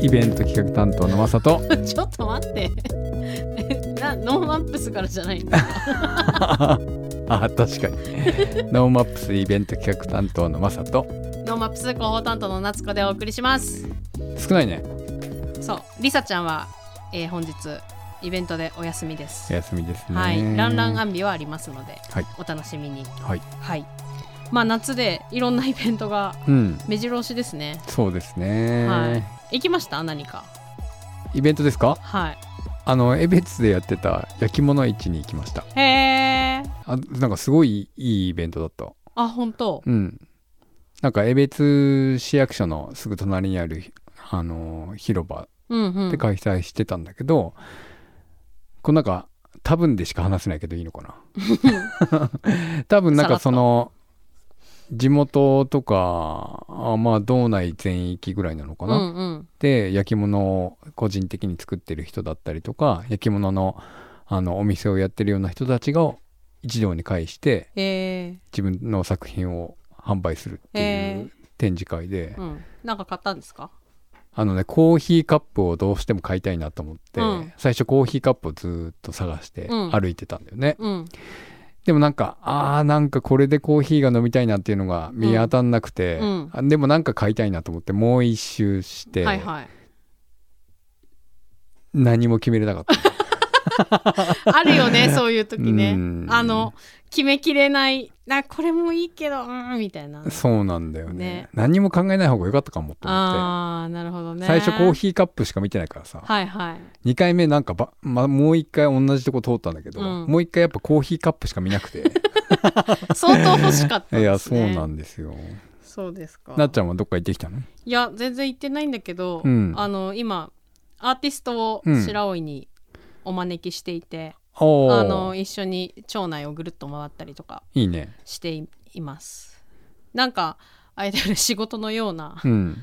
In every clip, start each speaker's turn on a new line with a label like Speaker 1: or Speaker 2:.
Speaker 1: イベント企画担当のまさと
Speaker 2: ちょっと待って。 えなノーマップスからじゃない んだ。
Speaker 1: あ確かにノーマップスイベント企画担当のまさと
Speaker 2: ノーマップス広報担当の夏子でお送りします。
Speaker 1: 少ないね
Speaker 2: そう、りさちゃんは、えー本日イベントでお休みです
Speaker 1: お。休みですね
Speaker 2: はい、ランランアンビはありますので、
Speaker 1: はい
Speaker 2: お楽しみに。
Speaker 1: はい
Speaker 2: はい。まあ夏でいろんなイベントが
Speaker 1: うん
Speaker 2: 目白押しですね。
Speaker 1: そうですね、
Speaker 2: はい。行きました何か。
Speaker 1: イベントですか
Speaker 2: はい。
Speaker 1: あの江別でやってた焼き物市に行きました
Speaker 2: へえ。
Speaker 1: あなんかすごいいいイベントだった
Speaker 2: あ、本当。
Speaker 1: うんなんか江別市役所のすぐ隣にあるあの広場
Speaker 2: うんうん。
Speaker 1: で開催してたんだけど、こうなんか多分でしか話せないけどいいのか な多分なんかその地元とかあまあ道内全域ぐらいなのか
Speaker 2: う
Speaker 1: な、
Speaker 2: んうん。
Speaker 1: で焼き物を個人的に作ってる人だったりとか焼き物のあのお店をやってるような人たちが一堂に会して
Speaker 2: へ
Speaker 1: 自分の作品を販売するっ
Speaker 2: え。へ
Speaker 1: てい
Speaker 2: え
Speaker 1: う。展示会で、
Speaker 2: うん。なんか買ったんですか。
Speaker 1: あのねコーヒーカップをどうしても買いたいなと思って、
Speaker 2: うん
Speaker 1: 最初コーヒーカップをずーっと探して
Speaker 2: うん
Speaker 1: 歩いてたんだよね、
Speaker 2: うん。
Speaker 1: でもなんかあーなんかこれでコーヒーが飲みたいなっていうのが見当たんなくて、
Speaker 2: うん
Speaker 1: あでもなんか買いたいなと思ってもう一周して、
Speaker 2: はいはい。
Speaker 1: 何も決めれなかった
Speaker 2: あるよ ね、そういう時ね
Speaker 1: うん。
Speaker 2: あの、決めきれない、あ、これもいいけど、うーん、みたいな。
Speaker 1: そうなんだよね
Speaker 2: ね
Speaker 1: 何も考えない方が良かったかもと思っ
Speaker 2: あー、なるほど
Speaker 1: て、
Speaker 2: ね。
Speaker 1: 最初コーヒーカップしか見てないからさ、
Speaker 2: はいはい。
Speaker 1: 2回目なんかば、ま、もう1回同じとこ通ったんだけど、
Speaker 2: うん
Speaker 1: もう1回やっぱコーヒーカップしか見な くて
Speaker 2: 相当欲しかった
Speaker 1: いや
Speaker 2: で
Speaker 1: そ
Speaker 2: す
Speaker 1: う
Speaker 2: ね。
Speaker 1: なんですよ
Speaker 2: そうですか。
Speaker 1: なっちゃんはどっか行ってきたの
Speaker 2: いや、全然行ってないんだけど、
Speaker 1: うん
Speaker 2: あの、今、アーティストを
Speaker 1: うん
Speaker 2: 白老にお招きしていて、
Speaker 1: お
Speaker 2: あ
Speaker 1: ー
Speaker 2: の、一緒に町内をぐるっと回ったりとか
Speaker 1: いいね
Speaker 2: していいます。なんか、あれだよね、仕事のような
Speaker 1: う、ん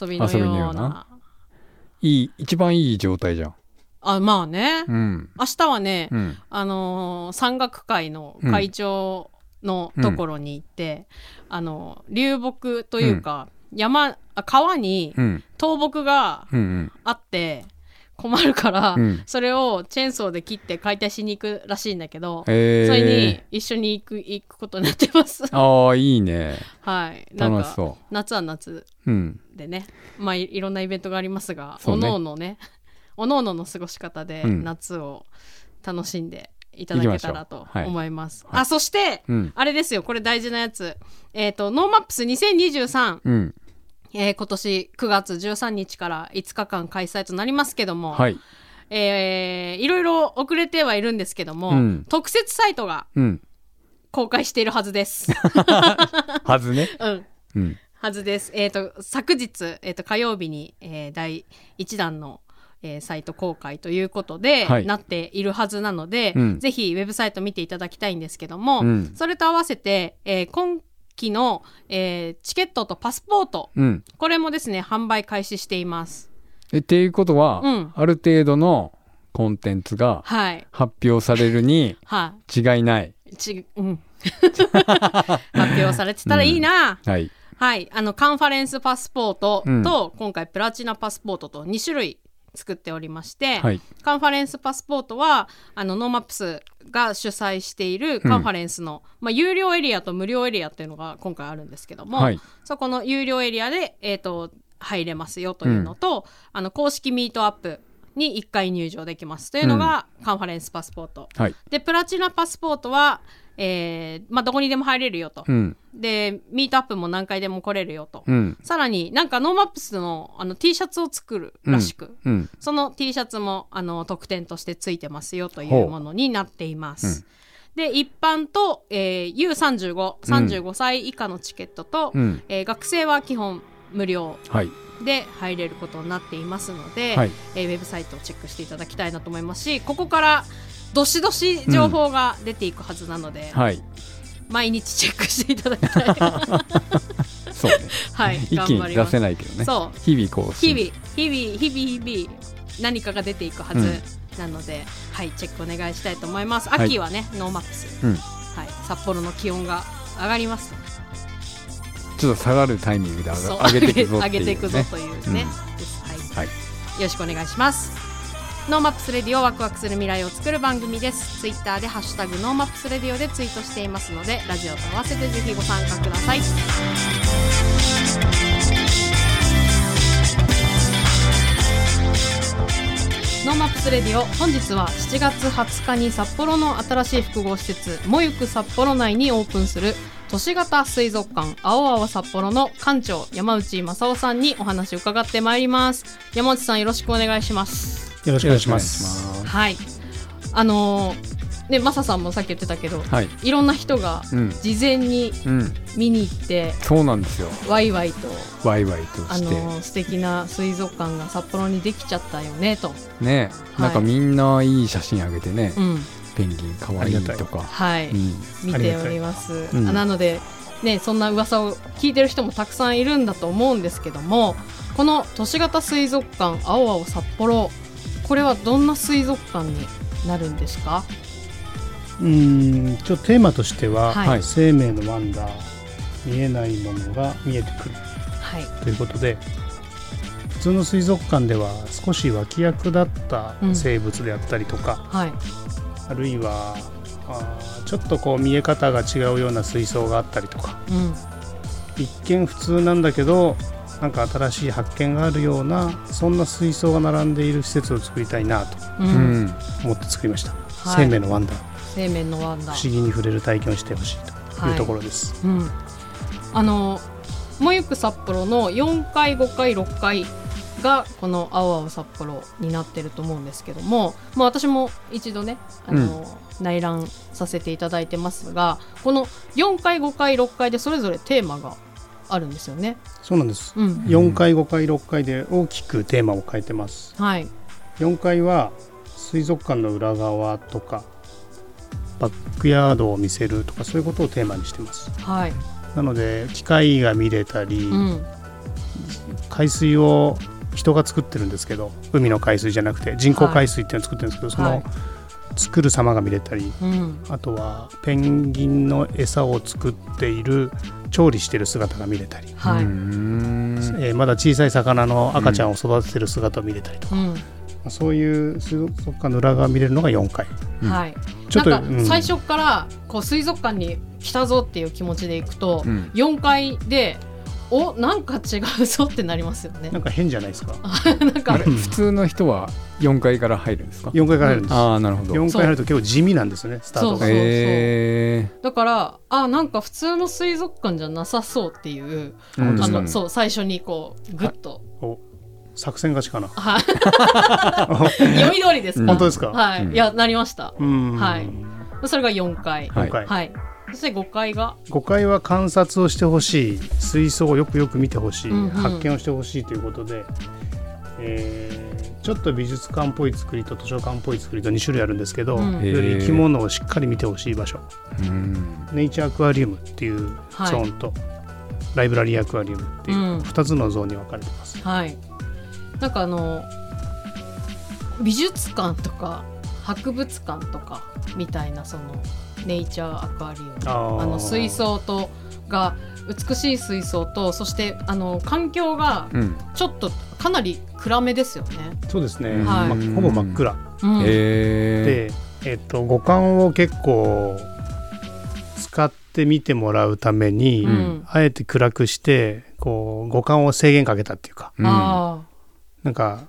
Speaker 2: 遊びの
Speaker 1: 遊び
Speaker 2: よ
Speaker 1: のよう
Speaker 2: う
Speaker 1: な
Speaker 2: な。
Speaker 1: いい一番いい状態じゃん
Speaker 2: あ、まあね。
Speaker 1: うん
Speaker 2: 明日はね、
Speaker 1: うん
Speaker 2: あのー山岳会の会長のところに行って、あのー流木というか、山あ川に
Speaker 1: うん
Speaker 2: 倒木が
Speaker 1: うんうん
Speaker 2: あって困るから、
Speaker 1: うん
Speaker 2: それをチェーンソーで切って解体しに行くらしいんだけど、
Speaker 1: えー、
Speaker 2: それに一緒に行く行くことになってます。
Speaker 1: ああいいね
Speaker 2: はい、なん
Speaker 1: 楽し
Speaker 2: か
Speaker 1: そ
Speaker 2: 夏は夏
Speaker 1: ううん
Speaker 2: でね、まあ、いいろんなイベントがありますが、
Speaker 1: そう
Speaker 2: お
Speaker 1: ね
Speaker 2: のおのね おのおのの過ごし方で
Speaker 1: うん
Speaker 2: 夏を楽しんでいただけたら
Speaker 1: 行き
Speaker 2: と
Speaker 1: ましょうはい
Speaker 2: 思います、
Speaker 1: はい
Speaker 2: あそして、
Speaker 1: うん
Speaker 2: あれですよこれ大事なやつえっ、とノーマップス2023、
Speaker 1: うん
Speaker 2: えー今年9月13日から5日間開催となりますけども、
Speaker 1: はい
Speaker 2: えーいろいろ遅れてはいるんですけども、
Speaker 1: うん
Speaker 2: 特設サイトが
Speaker 1: うん
Speaker 2: 公開しているはず です、
Speaker 1: はずね
Speaker 2: うん、
Speaker 1: うん
Speaker 2: はずです。えっ、と、昨日、えっ、と、火曜日に、えー第1弾の、えーサイト公開ということで、
Speaker 1: はい
Speaker 2: なっているはずなので、
Speaker 1: うん
Speaker 2: ぜひ、ウェブサイト見ていただきたいんですけども、
Speaker 1: うん
Speaker 2: それと合わせて、えー今期の、えーチケットとパスポート、
Speaker 1: うん
Speaker 2: これもですね、販売開始しています。
Speaker 1: えっていうことは、
Speaker 2: うん
Speaker 1: ある程度のコンテンツが
Speaker 2: はい。
Speaker 1: 発表されるに
Speaker 2: は
Speaker 1: 違いない。
Speaker 2: い。ち、 うん。発表されてたらいいな。
Speaker 1: はい。
Speaker 2: はい、あのカンファレンスパスポート
Speaker 1: うん
Speaker 2: と、今回プラチナパスポートと2種類作っておりまして、
Speaker 1: はい
Speaker 2: カンファレンスパスポートはあのノーマップスが主催しているカンファレンスの、まあ、有料エリアと無料エリアっていうのが今回あるんですけども、
Speaker 1: はい
Speaker 2: そこの有料エリアで、えー、と入れますよというのと、あの公式ミートアップに1回入場できますというのがカンファレンスパスポート。
Speaker 1: はい。
Speaker 2: でプラチナパスポートは、えーまあ、どこにでも入れるよと。
Speaker 1: うん。
Speaker 2: でミートアップも何回でも来れるよと、
Speaker 1: うん。
Speaker 2: さらになんかノーマップスのあの T シャツを作るらしく、
Speaker 1: うん。
Speaker 2: その T シャツもあの特典としてついてますよというものになっています、で一般と、えー、U3535、35歳以下のチケットと、
Speaker 1: うん。
Speaker 2: えー学生は基本無料
Speaker 1: はい。
Speaker 2: で入れることになっていますので、
Speaker 1: はい
Speaker 2: えーウェブサイトをチェックしていただきたいなと思いますしここからどしどし情報が出ていくはずなので、
Speaker 1: はい。
Speaker 2: 毎日チェックしていただ きたい
Speaker 1: そうね。
Speaker 2: はい
Speaker 1: 一気
Speaker 2: 頑張
Speaker 1: に
Speaker 2: り
Speaker 1: 出
Speaker 2: ます
Speaker 1: せないけどね。
Speaker 2: そう
Speaker 1: 日々こう。
Speaker 2: 日々日々日々日々何かが出ていくはず
Speaker 1: うん
Speaker 2: なので、はいチェックお願いしたいと思います
Speaker 1: はい
Speaker 2: 秋はね、ノーマックス、
Speaker 1: うん
Speaker 2: はい、札幌の気温が上がりますので
Speaker 1: ちょっと下がるタイミングで上
Speaker 2: そう
Speaker 1: が上げていくぞっていう、ね。
Speaker 2: 上げていくぞというね、
Speaker 1: う
Speaker 2: ですはい
Speaker 1: はい。
Speaker 2: ろしくお願いしますノーマップスレディオワクワクする未来を作る番組ですツイッターでハッシュタグノーマップスレディオでツイートしていますのでラジオと合わせてぜひご参加くださいノーマップスレディオ本日は7月20日に札幌の新しい複合施設もゆく札幌内にオープンする都市型水族館青々札幌の館長山内正夫さんにお話を伺ってまいります山内さんよろしくお願いします
Speaker 3: よろしくお
Speaker 1: よろ
Speaker 3: 願い
Speaker 1: しく
Speaker 3: し
Speaker 1: お願いしま
Speaker 3: ま
Speaker 1: す
Speaker 3: す。
Speaker 2: はいあのーねマサさんもさっき言ってたけど、
Speaker 1: はい
Speaker 2: いろんな人が
Speaker 1: うん
Speaker 2: 事前に
Speaker 1: うん
Speaker 2: 見に行って
Speaker 1: そうなんですよ
Speaker 2: ワイワイと
Speaker 1: ワイワイと
Speaker 2: あ
Speaker 1: して、
Speaker 2: のー素敵な水族館が札幌にできちゃったよねと、
Speaker 1: ね
Speaker 2: い
Speaker 1: なんかみんないい写真あげてね、
Speaker 2: うん、
Speaker 1: ペンギンかわいいとか
Speaker 2: はい、
Speaker 1: うん
Speaker 2: 見ております。
Speaker 1: りがたいうん
Speaker 2: なので、ね、そんな噂を聞いてる人もたくさんいるんだと思うんですけどもこの都市型水族館青青札幌これはどんな水族館になるんですか
Speaker 3: うん、ちょっとテーマとしては、
Speaker 2: はい
Speaker 3: 生命のワンダー、見えないものが見えてくる
Speaker 2: はい、
Speaker 3: ということで、普通の水族館では少し脇役だった生物であったりとか、
Speaker 2: はい、
Speaker 3: あるいはあーちょっとこう見え方が違うような水槽があったりとか、
Speaker 2: うん、
Speaker 3: 一見普通なんだけど、なんか新しい発見があるようなそんな水槽が並んでいる施設を作りたいなと
Speaker 2: うん
Speaker 1: うん
Speaker 3: 思って作りました、
Speaker 2: はい
Speaker 3: 生命のワンダー
Speaker 2: 生命のワンダ
Speaker 3: 不
Speaker 2: ー、
Speaker 3: 思議に触れる体験をしてほしいというところです、
Speaker 2: うん、あのもゆく札幌の4階5階6階がこの「青々札幌」になってると思うんですけども、まあ、私も一度ねあの、内覧させていただいてますがこの4階5階6階でそれぞれテーマがあるんですよね。
Speaker 3: そうなんです
Speaker 2: うん
Speaker 3: 4階5階6階で大きくテーマを変えてます
Speaker 2: はい、
Speaker 3: 4階は水族館の裏側とかバックヤードを見せるとかそういうことをテーマにしてます
Speaker 2: はい
Speaker 3: なので機械が見れたり、
Speaker 2: うん
Speaker 3: 海水を人が作ってるんですけど海の海水じゃなくて人工海水っていうのを作ってるんですけど、
Speaker 2: はい
Speaker 3: その作る様が見れたり、
Speaker 2: うん
Speaker 3: あとはペンギンの餌を作っている調理している姿が見れたり、
Speaker 2: はい
Speaker 1: うん
Speaker 3: えーまだ小さい魚の赤ちゃんを育ててる姿を見れたりとか、
Speaker 2: うん
Speaker 3: まあそういう水族館の裏側見れるのが4階
Speaker 1: うん
Speaker 2: はい、
Speaker 3: ちょっと
Speaker 2: なん
Speaker 3: う
Speaker 2: か
Speaker 3: ん
Speaker 2: 最初からこう水族館に来たぞっていう気持ちで行くと、
Speaker 1: うん
Speaker 2: 4階でおなんか違うぞってなりますよね
Speaker 3: な。んか変じゃないですか
Speaker 2: なんか
Speaker 1: あれ普通の人は4階から入るんですか
Speaker 3: 4階から入るんです、
Speaker 1: ああなるほど
Speaker 3: 4階入ると結構地味なんですよねスタート
Speaker 2: そうそ
Speaker 3: が
Speaker 2: う
Speaker 1: へ
Speaker 2: だからあなんか普通の水族館じゃなさそうっていう、
Speaker 1: ー
Speaker 3: 本当で
Speaker 2: あ
Speaker 3: すか
Speaker 2: のそう最初にこうグッと、
Speaker 3: お作戦勝ちかな
Speaker 2: はい 読み通りですか、
Speaker 1: うん
Speaker 3: 本当ですか、
Speaker 2: はい、
Speaker 1: うん
Speaker 2: いやなりました
Speaker 3: うん
Speaker 2: はいそれが4階は
Speaker 1: はい
Speaker 3: 4階、
Speaker 2: い、そして5階が
Speaker 3: 5階は観察をしてほしい水槽をよくよく見てほしい、
Speaker 2: うんうん
Speaker 3: 発見をしてほしいということで、えーちょっと美術館っぽい作りと図書館っぽい作りと2種類あるんですけど、
Speaker 2: うん
Speaker 3: より生き物をしっかり見てほしい場所
Speaker 1: うん
Speaker 3: ネイチャーアクアリウムっていうゾ
Speaker 2: はい
Speaker 3: ーンと、ライブラリーアクアリウムっていう
Speaker 2: うん
Speaker 3: 2つのゾーンに分かれてます、
Speaker 2: はいなんかあの美術館とか博物館とかみたいなそのネイチャーアクアリウム
Speaker 3: あー
Speaker 2: あの水槽とが美しい水槽とそしてあの環境が
Speaker 1: うん
Speaker 2: ちょっとかなり暗めですよね。
Speaker 3: そうですね、
Speaker 2: はい
Speaker 3: まあほぼ真っ暗
Speaker 2: うん
Speaker 1: へえ
Speaker 3: で、えっと、五感を結構使ってみてもらうために、
Speaker 2: うん
Speaker 3: あえて暗くしてこう五感を制限かけたっていうか
Speaker 2: あ
Speaker 3: なんか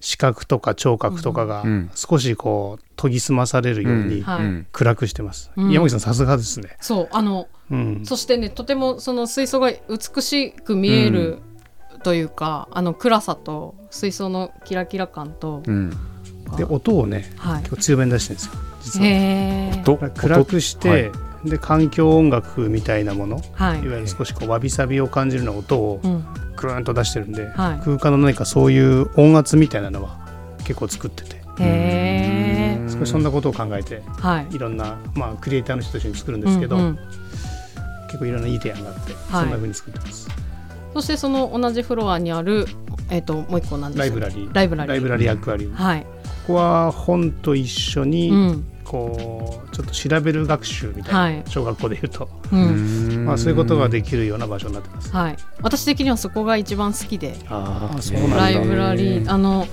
Speaker 3: 視覚とか聴覚とかが
Speaker 1: うん
Speaker 3: 少しこう研ぎ澄まされるように
Speaker 2: はい
Speaker 3: 暗くしてます、
Speaker 2: うん
Speaker 3: 山口さんさすがですね
Speaker 2: あ、そうあの
Speaker 3: うん、
Speaker 2: そしてねとてもその水槽が美しく見えるというか、あの暗さと水槽のキラキラ感と、
Speaker 1: うん
Speaker 3: で音をね
Speaker 2: は
Speaker 3: 結構強めに出してるんですよ
Speaker 2: い、
Speaker 3: 実は
Speaker 2: へー
Speaker 1: と
Speaker 3: 暗くして、
Speaker 1: はい
Speaker 3: で環境音楽みたいなもの
Speaker 2: はい
Speaker 3: いわゆる少しこうわびさびを感じるような音を
Speaker 2: うん、
Speaker 3: グーンと出してるんで、
Speaker 2: はい
Speaker 3: 空間の何かそういう音圧みたいなのは結構作ってて
Speaker 2: へ
Speaker 3: 少しそんなことを考えて
Speaker 2: ーはい
Speaker 3: いろんな、まあ、クリエイターの人と一緒に作るんですけど、
Speaker 2: うんうん
Speaker 3: 結構いろんないい提案があって、そんな風に作ってます
Speaker 2: そしてその同じフロアにある、えっともう一個なんです
Speaker 3: ライブラリー
Speaker 2: ライブラリー
Speaker 3: ライブラリーアクアリウム、こ
Speaker 2: はい、
Speaker 3: こは本と一緒に、
Speaker 2: うん
Speaker 3: こうちょっと調べる学習みたいな、
Speaker 2: はい
Speaker 3: 小学校でいうと、
Speaker 2: うん
Speaker 3: まあ、そういうことができるような場所になってます、
Speaker 2: はい、私的にはそこが一番好きで
Speaker 3: ああそう
Speaker 1: な
Speaker 3: う
Speaker 1: んだ
Speaker 3: な
Speaker 2: ラ
Speaker 3: ん
Speaker 2: イ
Speaker 3: だ
Speaker 2: ブラリ
Speaker 1: へ
Speaker 2: ー
Speaker 1: ー
Speaker 2: あの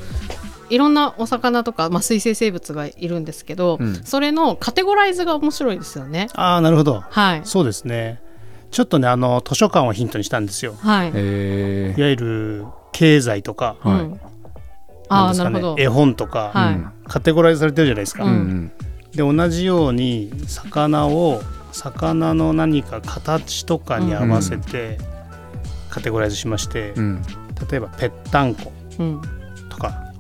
Speaker 2: いろんなお魚とか、まあ、水生生物がいるんですけど、
Speaker 1: うん
Speaker 2: それのカテゴライズが面白いですよね。
Speaker 3: ああなるほど
Speaker 2: はい、
Speaker 3: そうですねちょっとねあの図書館をヒントにしたんですよ
Speaker 2: はい、
Speaker 1: え
Speaker 3: いわゆる経済とか
Speaker 1: ーはい、
Speaker 2: うん、ああ、
Speaker 3: んです
Speaker 2: な
Speaker 3: か
Speaker 2: る
Speaker 3: ね
Speaker 2: ほど。
Speaker 3: 絵本とか、
Speaker 2: はい
Speaker 3: カテゴライズされてるじゃないですか、
Speaker 1: うんうん
Speaker 3: で同じように魚を魚の何か形とかに合わせてカテゴライズしまして、
Speaker 1: うん
Speaker 3: 例えばぺったんこ
Speaker 2: うん、
Speaker 3: とか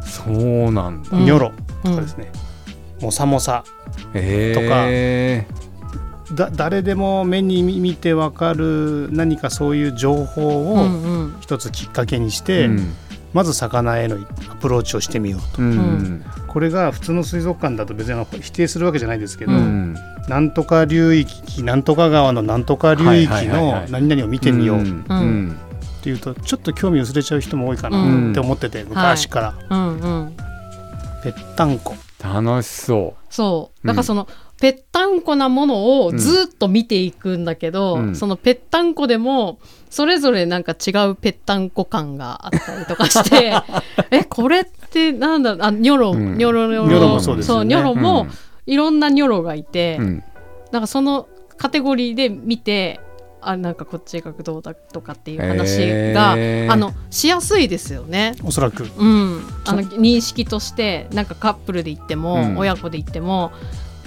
Speaker 1: そうなんだ
Speaker 2: うん
Speaker 3: ニョロとかですね、もさもさ
Speaker 1: えー、
Speaker 3: だ誰でも目に見てわかる何かそういう情報
Speaker 2: う
Speaker 3: を
Speaker 2: ん、うん、
Speaker 3: 一つきっかけにして、
Speaker 1: うん
Speaker 3: まず魚へのアプローチをしてみよう
Speaker 1: うん
Speaker 2: ん
Speaker 3: これが普通の水族館だと別にあの否定するわけじゃないですけど、
Speaker 1: う
Speaker 2: うん
Speaker 1: ん
Speaker 3: なんとか流域なんとか川のなんとか流
Speaker 1: はいは
Speaker 3: 域
Speaker 1: いはいは
Speaker 3: の
Speaker 1: い
Speaker 3: 何々を見てみよう
Speaker 1: うん
Speaker 2: うん
Speaker 1: うん
Speaker 3: っていうとちょっと興味薄れちゃう人も多いか
Speaker 2: う
Speaker 3: なんって思ってて、昔か
Speaker 2: う
Speaker 3: ら、
Speaker 2: ん、うん。
Speaker 3: ぺったんこ
Speaker 1: 楽しそ
Speaker 2: そう。
Speaker 1: うん
Speaker 2: だからその、ぺったんこなものをずっと見ていくんだけど、
Speaker 1: うん
Speaker 2: そのぺったんこでも、それぞれなんか違うぺったんこ感があったりとか して、え、これってなんだあ、ニョロ、
Speaker 1: うん
Speaker 2: ニョロニョロ。
Speaker 1: ニョロもそうです
Speaker 3: よね
Speaker 2: そう、ニョロ
Speaker 1: う。
Speaker 2: も、いろんなニョロがいて、
Speaker 1: うん、うん
Speaker 2: なんかそのカテゴリーで見て、あ、なんかこっちがどうだとかっていう話が、
Speaker 1: えー
Speaker 2: あの、しやすいですよね。
Speaker 3: おそ らく
Speaker 2: うん、あの認識としてなんかカップルで行っても、
Speaker 1: うん
Speaker 2: 親子で行っても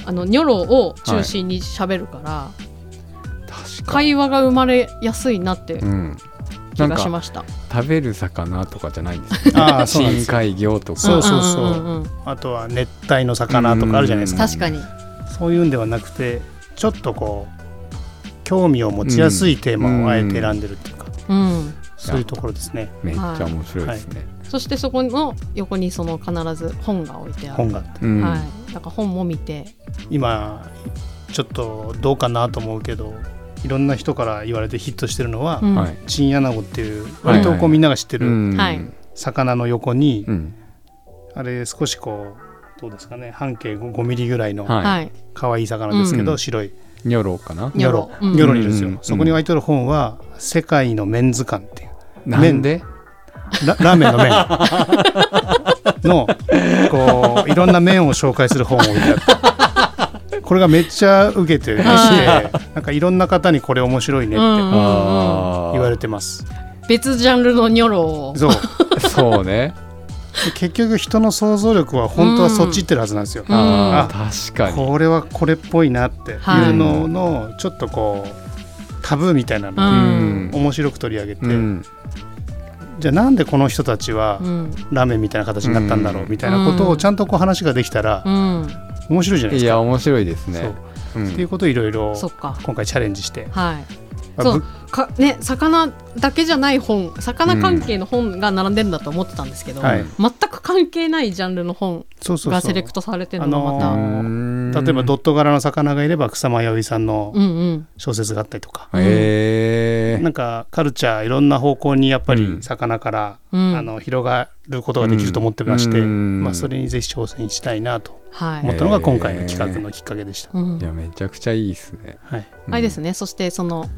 Speaker 2: あのニョロを中心に喋るから、
Speaker 1: 確かに、
Speaker 2: 会話が生まれやすいなって
Speaker 1: うん、
Speaker 2: 気
Speaker 1: なん
Speaker 2: がし
Speaker 1: か
Speaker 2: ました。
Speaker 1: 食べる魚とかじゃないんですね
Speaker 3: ああそうなんで
Speaker 1: 深
Speaker 3: すよ
Speaker 1: 海魚とか
Speaker 3: そうそうそうん
Speaker 2: んんん
Speaker 3: あとは熱帯の魚とかあるじゃないですか、
Speaker 2: 確かに、
Speaker 3: そういうんではなくてちょっとこう興味を持ちやすいテーマをあえて選んでるっていうか、
Speaker 2: うん、
Speaker 3: そういうところですね
Speaker 1: めっちゃ面白いですね、
Speaker 2: そしてそこの横にその必ず本が置いてある
Speaker 3: 本が
Speaker 1: うん
Speaker 2: はい、なんか本も見て、
Speaker 3: 今ちょっとどうかなと思うけどいろんな人から言われてヒットしてるのは、
Speaker 2: うん
Speaker 1: はい
Speaker 3: チンアナゴっていう
Speaker 1: はい
Speaker 3: 割とこうみんなが知って
Speaker 1: う
Speaker 3: る
Speaker 1: ん
Speaker 2: はい
Speaker 3: 魚の横に、
Speaker 1: うん
Speaker 3: あれ少しこうどうですかね半径5 5ミリぐらいの
Speaker 1: はい
Speaker 2: はい、
Speaker 3: 可愛い魚ですけど、
Speaker 1: うん
Speaker 3: 白い
Speaker 1: ニョロかな
Speaker 2: ニ
Speaker 3: ニ
Speaker 2: ョ
Speaker 3: ョ
Speaker 2: ロ
Speaker 3: ロ
Speaker 2: うん
Speaker 3: ニョロにいるんですよ、
Speaker 1: うん
Speaker 3: そこに置いてある本は「世界のメンズ館」っていう
Speaker 1: なんで
Speaker 3: ラ ラーメンの麺 のこういろんな麺を紹介する本を置いてあったこれがめっちゃ受けてましてなんかいろんな方にこれ面白いね
Speaker 2: うんうん
Speaker 3: って
Speaker 2: うん
Speaker 1: あ
Speaker 3: 言われてます、
Speaker 2: 別ジャンルのニョロを
Speaker 3: そう
Speaker 1: れそうね
Speaker 3: で結局人の想像力は本当はそっち行ってるはずなんですよ、
Speaker 2: うん
Speaker 1: あー確かに
Speaker 3: これはこれっぽいなっていうののちょっとこうタブーみたいな
Speaker 2: う
Speaker 3: のを
Speaker 2: ん
Speaker 3: 面白く取り上げて、
Speaker 1: うん
Speaker 3: じゃあなんでこの人たちは
Speaker 2: うん
Speaker 3: ラーメンみたいな形になったんだろうみたいなこと
Speaker 2: う
Speaker 3: を
Speaker 2: ん
Speaker 3: ちゃんとこう話ができたら
Speaker 2: うん、
Speaker 3: 面白いじゃない
Speaker 1: い
Speaker 3: ですか。
Speaker 1: や面白いです
Speaker 3: そう
Speaker 1: ねう
Speaker 3: ってい
Speaker 1: ん
Speaker 3: うことをいろいろ
Speaker 2: そっか
Speaker 3: 今回チャレンジして
Speaker 2: はい
Speaker 3: あ
Speaker 2: そう
Speaker 3: ぶ
Speaker 2: かね魚だけじゃない本魚関係の本が並んでんだと思ってたんですけど、
Speaker 3: はい
Speaker 2: 全く関係ないジャンルの本
Speaker 3: そうそう
Speaker 2: が
Speaker 3: そ
Speaker 2: セ
Speaker 3: う
Speaker 2: レクトされてるのがま
Speaker 3: あ
Speaker 2: た、
Speaker 3: の
Speaker 1: うん
Speaker 3: 例えばドット柄の魚がいれば草間彌生さんの
Speaker 2: うんうん
Speaker 3: 小説があったりとか、
Speaker 1: へえ
Speaker 3: なんかカルチャーいろんな方向にやっぱ
Speaker 1: う
Speaker 3: り
Speaker 1: ん
Speaker 3: 魚から、
Speaker 2: うん
Speaker 3: あの広がることができると思ってまして、
Speaker 1: うん
Speaker 3: まあ、それにぜひ挑戦したいなと
Speaker 2: は
Speaker 3: 思っ
Speaker 2: い、
Speaker 3: たのが今回の企画のきっかけでした。
Speaker 2: うん
Speaker 1: いやめちゃくちゃいいですね
Speaker 3: はい、
Speaker 2: あれですねそしてその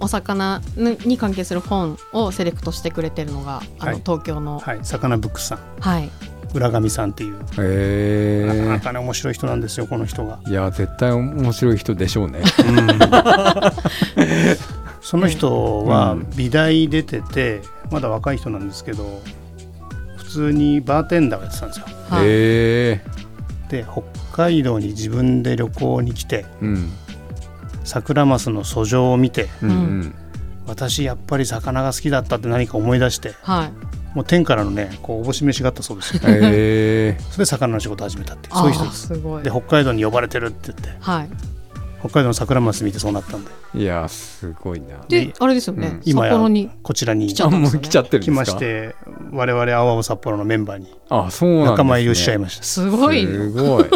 Speaker 2: お魚にに関係する本をセレクトしてくれてるのがあの、
Speaker 3: はい
Speaker 2: 東京の
Speaker 3: はい、魚ブックスさん
Speaker 2: はい
Speaker 3: 浦上さんっていう、
Speaker 1: へ
Speaker 3: なかな
Speaker 1: え
Speaker 3: かね面白い人なんですよこの人が。
Speaker 1: いや絶対面白い人でしょうね
Speaker 3: その人は
Speaker 1: うん
Speaker 3: 美大出ててまだ若い人なんですけど普通にバーテンダーをやってたんですよ。
Speaker 2: はい、
Speaker 1: へえ
Speaker 3: で北海道に自分で旅行に来て
Speaker 1: うん
Speaker 3: 桜マスの遡上を見て
Speaker 1: うんうん
Speaker 3: 私やっぱり魚が好きだったって何か思い出して
Speaker 2: はい
Speaker 3: もう天からのねこうおぼし飯があったそうですよ
Speaker 1: へえ
Speaker 3: それで魚の仕事始めたっていう
Speaker 2: あ
Speaker 3: そういう人
Speaker 2: ー
Speaker 3: です
Speaker 2: すごい
Speaker 3: で北海道に呼ばれてるって言って
Speaker 2: はい
Speaker 3: 北海道の桜マス見てそうなったんで
Speaker 1: いやすごいな
Speaker 2: で
Speaker 3: で
Speaker 2: あれですよね、
Speaker 1: うん
Speaker 2: 札
Speaker 3: 今や
Speaker 2: 幌に
Speaker 3: こちらに
Speaker 2: 来ちゃ
Speaker 1: あ
Speaker 2: ったんで
Speaker 1: も
Speaker 2: す
Speaker 1: う
Speaker 2: よね
Speaker 1: 来ちゃってるんです
Speaker 3: 来
Speaker 1: か
Speaker 3: まして我々青々札幌のメンバーに
Speaker 1: あそうなんです、ね、
Speaker 3: 仲間入りをしちゃいました
Speaker 2: すごい
Speaker 1: すごい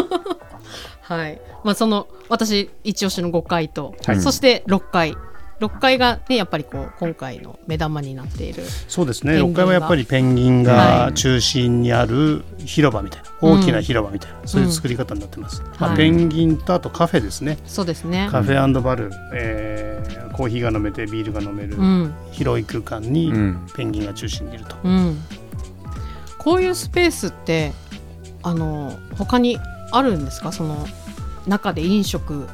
Speaker 2: はい。まあその私一押しの5回と、
Speaker 1: はい
Speaker 2: そして6回。6回がねやっぱりこう今回の目玉になっている。
Speaker 3: そうです
Speaker 2: ペン
Speaker 3: ね
Speaker 2: ギン
Speaker 3: 6
Speaker 2: が
Speaker 3: 階はやっぱりペンギンが中心にある広場みたいな大きな広場みたいな、そういう作り方になってます、ま
Speaker 2: は
Speaker 3: あ、
Speaker 2: い
Speaker 3: ペンギンとあとカフェですね
Speaker 2: そうですね。
Speaker 3: カフェバル、えーコーヒーが飲めてビールが飲める
Speaker 2: うん
Speaker 3: 広い空間
Speaker 1: う
Speaker 3: に
Speaker 1: ん
Speaker 3: ペンギンが中心にいると、
Speaker 2: うん。こういうスペースってあの他にあるんですかその中で飲食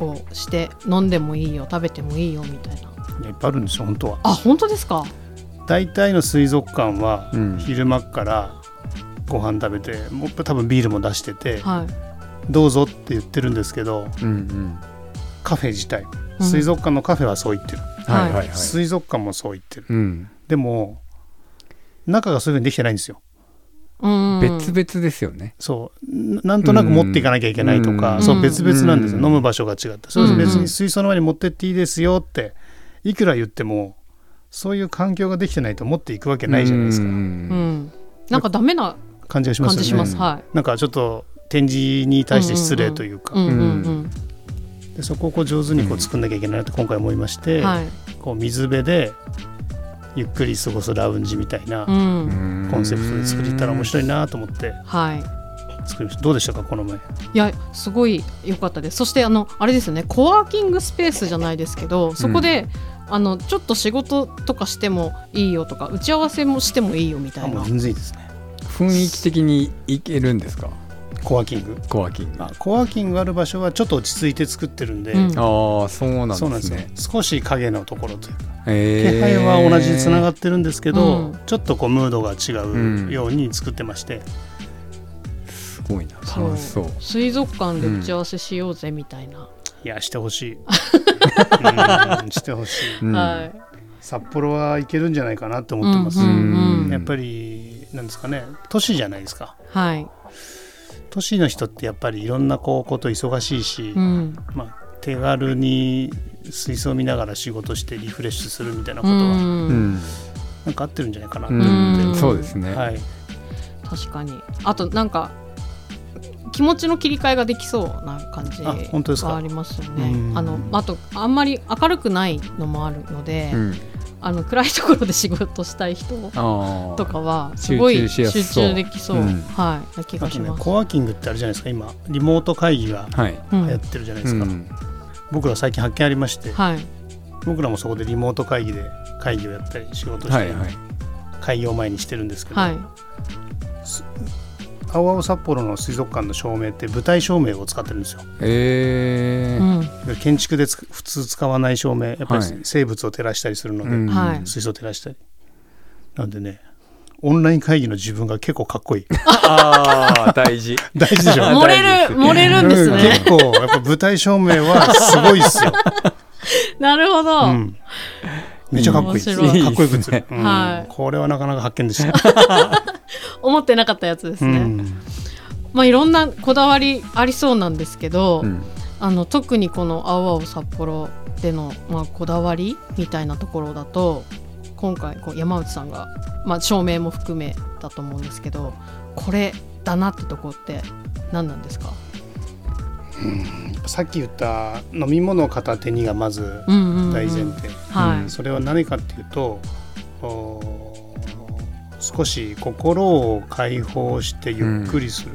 Speaker 2: をして飲んでもいいよ食べてもいいよみたいない
Speaker 3: やいっぱいあるんですよ本当は
Speaker 2: あ本当ですか
Speaker 3: 大体の水族館は
Speaker 1: うん
Speaker 3: 昼間からご飯食べてもう多分ビールも出してて
Speaker 2: はい
Speaker 3: どうぞって言ってるんですけど
Speaker 1: うんうん
Speaker 3: カフェ自体
Speaker 2: うん
Speaker 3: 水族館のカフェはそう言ってる、
Speaker 1: はいはいはい、
Speaker 3: 水族館もそう言ってる
Speaker 1: うん、
Speaker 3: でも中がそういうふうにできてないんですよ
Speaker 2: うん
Speaker 1: 別々ですよね
Speaker 3: そうななんとなく持っていかなきゃいけないとか、
Speaker 1: うん
Speaker 3: そう別々なんですよ、
Speaker 1: うん
Speaker 3: 飲む場所が違ってそれ
Speaker 1: うん
Speaker 3: 別に水槽の前に持ってっていいですよっていくら言ってもそういう環境ができてないと持っていくわけないじゃないですか、
Speaker 1: うん
Speaker 2: う
Speaker 1: うん
Speaker 2: んなんかダメな
Speaker 3: 感じがしま
Speaker 2: 感
Speaker 3: すよ
Speaker 2: じ
Speaker 3: ね
Speaker 2: します
Speaker 1: そうですよね
Speaker 2: は
Speaker 3: なんかちょっと展示に対して失礼というか、
Speaker 2: いうんうんうん、
Speaker 3: でそこをこう上手にこう作んなきゃいけないなって今回思いまして、
Speaker 2: はい、
Speaker 3: こう水辺でゆっくり過ごすラウンジみたいな
Speaker 2: う、
Speaker 1: うんん
Speaker 3: コンセプトで作れたら面白いなと思って
Speaker 2: はい
Speaker 3: 作りましたどうでしたかこの前
Speaker 2: いやすごい良かったですそしてあのあれですよねコワーキングスペースじゃないですけどそこで、あのちょっと仕事とかしてもいいよとか打ち合わせもしてもいいよみた
Speaker 3: あ
Speaker 2: い
Speaker 3: も
Speaker 2: な
Speaker 3: う全然いいですね
Speaker 1: 雰囲気的にいけるんですか
Speaker 3: コワーキング
Speaker 1: コワーキング
Speaker 3: あコワーキングがある場所はちょっと落ち着いて作ってるんで、
Speaker 2: うん
Speaker 1: ああそうなんで
Speaker 3: そうなんですすよ
Speaker 1: ね
Speaker 3: 少し影のところというか気
Speaker 1: 気
Speaker 3: 配は同じにつなが
Speaker 1: っ
Speaker 3: ってるんですけど、
Speaker 2: うん
Speaker 3: ちょっとこうムードが違
Speaker 1: ん
Speaker 3: うように作ってまして、
Speaker 1: すごいな
Speaker 2: そう
Speaker 1: 楽しそう
Speaker 2: 水族館で打ち合わせしようぜみたいな、
Speaker 3: いやしてほ しい、うんしてほしい
Speaker 1: うん
Speaker 2: はい、
Speaker 3: 札幌はいけるんじゃないかなって思ってます、
Speaker 2: うん
Speaker 1: うん
Speaker 3: やっぱりなんですかね都市じゃないですか
Speaker 2: はい、
Speaker 3: 都市の人ってやっぱりいろんなこうこと忙しいし、
Speaker 2: うん、
Speaker 3: まあ、手軽に水槽見ながら仕事してリフレッシュするみたいなこ
Speaker 2: う
Speaker 3: とは、
Speaker 1: うん
Speaker 3: なんか合ってるんじゃないかな、
Speaker 1: うん
Speaker 2: うん
Speaker 1: そうですね
Speaker 3: はい、
Speaker 2: 確かにあとなんか気持ちの切り替えができそうな感じ
Speaker 3: あ本当ですか
Speaker 2: がありますよ
Speaker 3: う
Speaker 2: ね。
Speaker 3: ん
Speaker 2: あのあとあんまり明るくないのもあるので、
Speaker 1: うん
Speaker 2: あの暗いところで仕事したい人
Speaker 1: ああ
Speaker 2: とかはすごい
Speaker 1: 集中
Speaker 2: 集
Speaker 1: しやすそう
Speaker 2: 中できそう、
Speaker 1: うん
Speaker 2: はいな気
Speaker 3: あ
Speaker 2: が
Speaker 3: と
Speaker 2: し
Speaker 3: ね
Speaker 2: ます。
Speaker 3: コワーキングってあるじゃないですか今リモート会議が
Speaker 1: はい
Speaker 2: うん
Speaker 3: 流行ってるじゃないで
Speaker 1: う
Speaker 3: すか、
Speaker 1: ん
Speaker 3: 僕ら最近発見ありまして、
Speaker 2: はい、
Speaker 3: 僕らもそこでリモート会議で会議をやったり仕事した
Speaker 1: は
Speaker 3: り、
Speaker 1: いはい
Speaker 3: 会議を前にしてるんですけど、
Speaker 2: はい、
Speaker 3: 青々札幌の水族館の照明って舞台照明を使ってるんですよ
Speaker 1: え
Speaker 2: う
Speaker 1: ー
Speaker 2: ん、
Speaker 3: で建築でつく普通使わない照明やっぱり
Speaker 1: はい
Speaker 3: 生物を照らしたりするので、
Speaker 1: うん
Speaker 2: はい
Speaker 3: 水槽照らしたりなんでねオンライン会議の自分が結構かっこいい
Speaker 1: ああ大事
Speaker 3: 大事でしょ
Speaker 2: 漏れる漏れるんです
Speaker 3: うん
Speaker 2: ね。
Speaker 3: 結構やっぱ舞台照明はすごいっ すよ、
Speaker 2: なるほど、
Speaker 3: うんめっちゃかっこいいです
Speaker 2: 面白い
Speaker 3: かっこよく映る、うん
Speaker 2: はい
Speaker 3: これはなかなか発見で した、
Speaker 2: 思ってなかったやつです
Speaker 3: う
Speaker 2: ね。
Speaker 3: ん
Speaker 2: まあいろんなこだわりありそうなんですけど。
Speaker 1: うん
Speaker 2: あの特にこの「青青札幌」での、まあ、こだわりみたいなところだと今回こう山内さんが、まあ、照明も含めだと思うんですけどこれだなってとこって何なんですか、
Speaker 3: さっき言った飲み物を片手にがまず
Speaker 2: うんうんうん
Speaker 3: 大前提、
Speaker 2: はい、
Speaker 3: それは何かっていうとお少し心を解放してゆっくりする、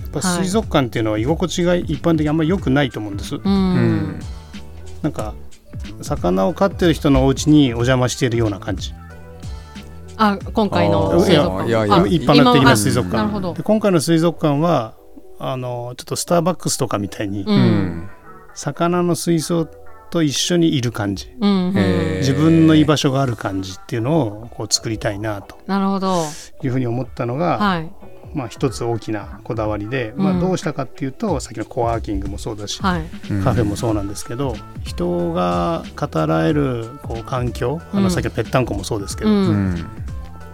Speaker 3: やっぱ
Speaker 2: はい
Speaker 3: 水族館っていうのは居心地が一般的にあんまり良くないと思うんです、
Speaker 2: うん
Speaker 1: うん
Speaker 3: なんか魚を飼ってる人のお家にお邪魔しているような感じ
Speaker 2: あ今回
Speaker 1: あー
Speaker 2: の水族館
Speaker 1: いやいや
Speaker 2: あ
Speaker 1: いや
Speaker 3: 一般の
Speaker 2: 今
Speaker 3: 的
Speaker 2: は
Speaker 3: な水族
Speaker 2: なる
Speaker 3: 館
Speaker 2: ほど
Speaker 3: で今回の水族館はあのちょっとスターバックスとかみたいに、
Speaker 2: う
Speaker 1: うんん
Speaker 3: 魚の水槽と一緒にいる感じ
Speaker 2: うんうん
Speaker 1: えー
Speaker 3: 自分の居場所がある感じっていうのをこう作りたいなと
Speaker 2: なるほど
Speaker 3: いうふうに思ったのが、
Speaker 2: はい
Speaker 3: まあ、一つ大きなこだわりで、
Speaker 2: うん
Speaker 3: まあ、どうしたかっていうと、さっきのコワーキングもそうだし、
Speaker 2: はい
Speaker 1: うん
Speaker 3: カフェもそうなんですけど人が語られるこう環境あ
Speaker 2: う
Speaker 3: の
Speaker 2: ん
Speaker 3: さっきのぺったんこもそうですけ
Speaker 2: う
Speaker 3: ど、
Speaker 1: うんん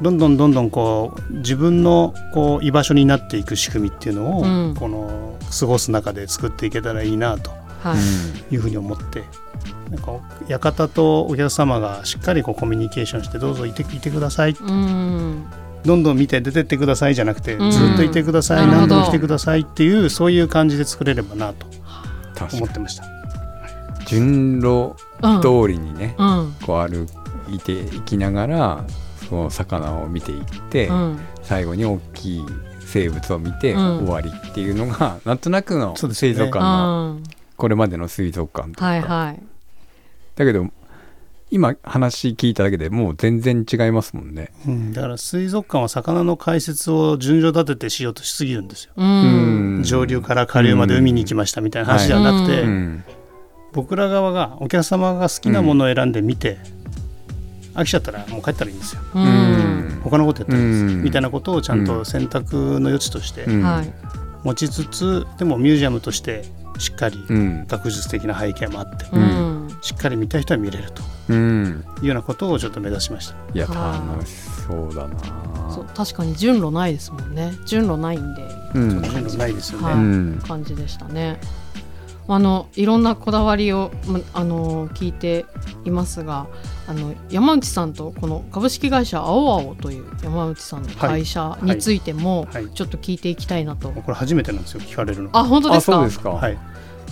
Speaker 3: どんどんどんどんこう自分のこう居場所になっていく仕組みっていうのを、
Speaker 2: うん
Speaker 3: この過ごす中で作っていけたらいいなと
Speaker 2: はい
Speaker 3: いうふうに思って。なんか館とお客様がしっかりこうコミュニケーションしてどうぞいていてください
Speaker 2: うん
Speaker 3: どんどん見て出てってくださいじゃなくて、
Speaker 2: うん
Speaker 3: ずっといてくださ
Speaker 1: な
Speaker 3: い
Speaker 1: るほ
Speaker 3: 何
Speaker 1: ど
Speaker 3: 度も来てくださいっていうそういう感じで作れればなと
Speaker 1: 確か
Speaker 3: 思
Speaker 1: に
Speaker 3: ってました
Speaker 1: 順路
Speaker 2: うん
Speaker 1: 通りにね
Speaker 2: うん
Speaker 1: こう歩いていきながらその魚を見ていって、
Speaker 2: うん
Speaker 1: 最後に大きい生物を見て
Speaker 2: うん
Speaker 1: 終わりっていうのが、 なんとなくの
Speaker 3: そうです
Speaker 1: 水
Speaker 3: ね
Speaker 1: 族館
Speaker 2: う
Speaker 1: の、
Speaker 2: ん
Speaker 1: これまでの水族館というか、
Speaker 2: はいはい
Speaker 1: だけど今話聞いただけでもう全然違いますもんね。
Speaker 3: うん、だから水族館は魚の解説を順序立ててしようとしすぎるんですよ、
Speaker 2: う
Speaker 1: うん
Speaker 3: 上流から下流まで海に行きましたみたいな話じゃなくて、
Speaker 1: う
Speaker 2: うん
Speaker 1: ん
Speaker 3: 僕ら側がお客様が好きなものを選んで見て、飽きちゃったらもう帰ったらいいんですよ
Speaker 2: う
Speaker 1: うんん
Speaker 3: 他のことやったらいいんです、
Speaker 1: うん
Speaker 3: みたいなことをちゃんと選択の余地として
Speaker 1: うん
Speaker 2: はい
Speaker 3: 持ちつつ、でもミュージアムとしてしっかり
Speaker 1: うん
Speaker 3: 学術的な背景もあって、
Speaker 2: うん
Speaker 3: しっかり見たい人は見れると
Speaker 1: うん
Speaker 3: いうようなことをちょっと目指しました
Speaker 1: いや
Speaker 2: あー
Speaker 1: 楽しそうだな
Speaker 2: そう確かに順路ないですもんね順路ないんで
Speaker 1: うん
Speaker 3: そういうのないですよね、
Speaker 2: は
Speaker 1: う
Speaker 2: い
Speaker 1: ん
Speaker 2: 感じでしたねあのいろんなこだわりを、まあの聞いていますがあの山内さんとこの株式会社青青という山内さんの会社についても
Speaker 3: はいはい
Speaker 2: ちょっと聞いていきたいなと、
Speaker 3: もうこれ初めてなんですよ聞かれるの
Speaker 2: あ本当で
Speaker 1: あ
Speaker 2: すか
Speaker 1: そうですか、
Speaker 3: はい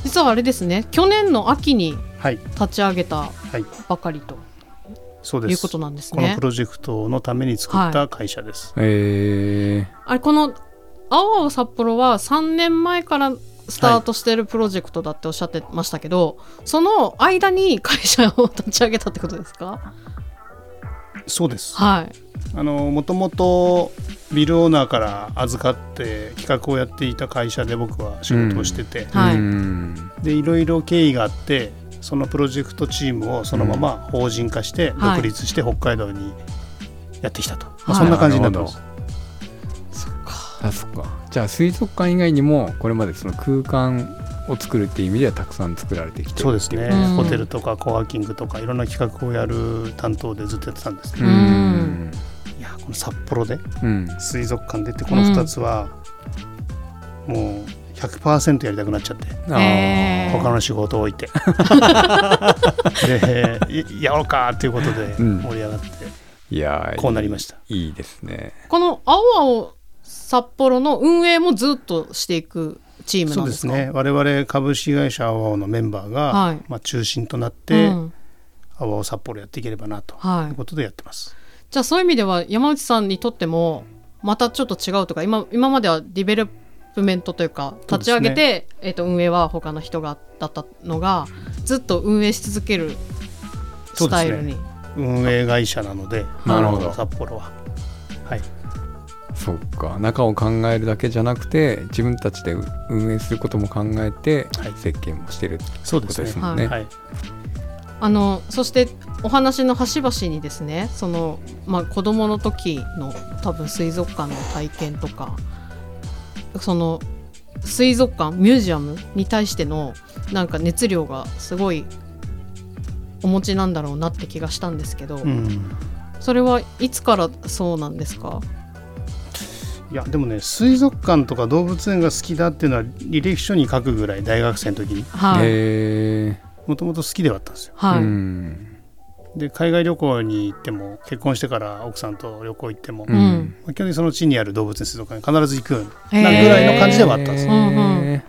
Speaker 2: 実はあれですね去年の秋に
Speaker 3: はい
Speaker 2: 立ち上げた
Speaker 3: はい
Speaker 2: ばかりと
Speaker 3: そうで
Speaker 2: い
Speaker 3: す
Speaker 2: うことなんです
Speaker 3: この
Speaker 2: ね
Speaker 3: プ。ロジェクトのために作った会社です、
Speaker 1: え
Speaker 2: あれこの青青札幌は3年前からスタートしてるプロジェクトだっておっしゃってましたけど、その間に会社を立ち上げたってことですか
Speaker 3: そうです
Speaker 2: はい。
Speaker 3: あのもともとビルオーナーから預かって企画をやっていた会社で僕は仕事をしてて、
Speaker 1: ー
Speaker 2: はい
Speaker 1: うん
Speaker 3: でいろいろ経緯があってそのプロジェクトチームをそのまま法人化して
Speaker 2: はい
Speaker 3: 独立して北海道にやってきたと、ま
Speaker 2: は
Speaker 3: あ
Speaker 2: い
Speaker 3: そんな感じになってます、
Speaker 2: そっか。
Speaker 1: あそっかじゃあ水族館以外にもこれまでその空間を作るっていう意味ではたくさん作られてきて
Speaker 3: そうですね、
Speaker 2: うん
Speaker 3: ホテルとかコワーキングとかいろんな企画をやる担当でずっとやってたんですけ
Speaker 1: う
Speaker 3: ど、
Speaker 1: ん
Speaker 3: いやこの札幌で
Speaker 1: うん
Speaker 3: 水族館でってこの2つはもう100%やりたくなっちゃって
Speaker 1: あー
Speaker 2: えー
Speaker 3: 他の仕事を置 いてでいやろうかということで
Speaker 1: うん
Speaker 3: 盛り上がって
Speaker 1: いやー
Speaker 3: こうなりました、
Speaker 1: いいですね
Speaker 2: この青青札幌の運営もずっとしていくチーム
Speaker 3: そ
Speaker 2: な
Speaker 3: うんで
Speaker 2: ですすか
Speaker 3: ね我々株式会社青青のメンバーが、
Speaker 2: はい
Speaker 3: まあ、中心となって、
Speaker 2: うん
Speaker 3: 青青札幌やっていければなと
Speaker 2: はい
Speaker 3: いうことでやってます、
Speaker 2: じゃあそういう意味では山内さんにとってもまたちょっと違うとか今今まではディベロップメントというか
Speaker 3: そう
Speaker 2: 立ち
Speaker 3: ですね
Speaker 2: 上げて、えっと運営は他の人がだったのがずっと運営し続ける
Speaker 3: そう
Speaker 2: ス
Speaker 3: です
Speaker 2: タ
Speaker 3: ね
Speaker 2: イルに、
Speaker 3: 運営会社なので
Speaker 1: なるほど
Speaker 3: 青青札幌ははい
Speaker 1: そっか中を考えるだけじゃなくて自分たちで運営することも考えて
Speaker 3: はい
Speaker 1: 設計もしてるって
Speaker 3: そう
Speaker 1: こと
Speaker 3: です
Speaker 1: で
Speaker 3: ね
Speaker 1: すもんね。
Speaker 3: はい、
Speaker 2: あのそしてお話の端々にですねその、まあ、子どもの時の多分水族館の体験とかその水族館ミュージアムに対してのなんか熱量がすごいお持ちなんだろうなって気がしたんですけど、
Speaker 3: うん
Speaker 2: それはいつからそうなんですか
Speaker 3: いやでもね水族館とか動物園が好きだっていうのは履歴書に書くぐらい大学生の時に
Speaker 2: はい、
Speaker 1: へえ
Speaker 3: もともと好きではあったんですよ
Speaker 2: はい、
Speaker 1: うん
Speaker 3: で海外旅行に行っても結婚してから奥さんと旅行行っても、
Speaker 1: う
Speaker 2: うんん、
Speaker 3: まあ基本的にその地にある動物園水族館に必ず行くような
Speaker 2: へー
Speaker 3: ぐらいの感じではあったんです
Speaker 2: よ
Speaker 1: へ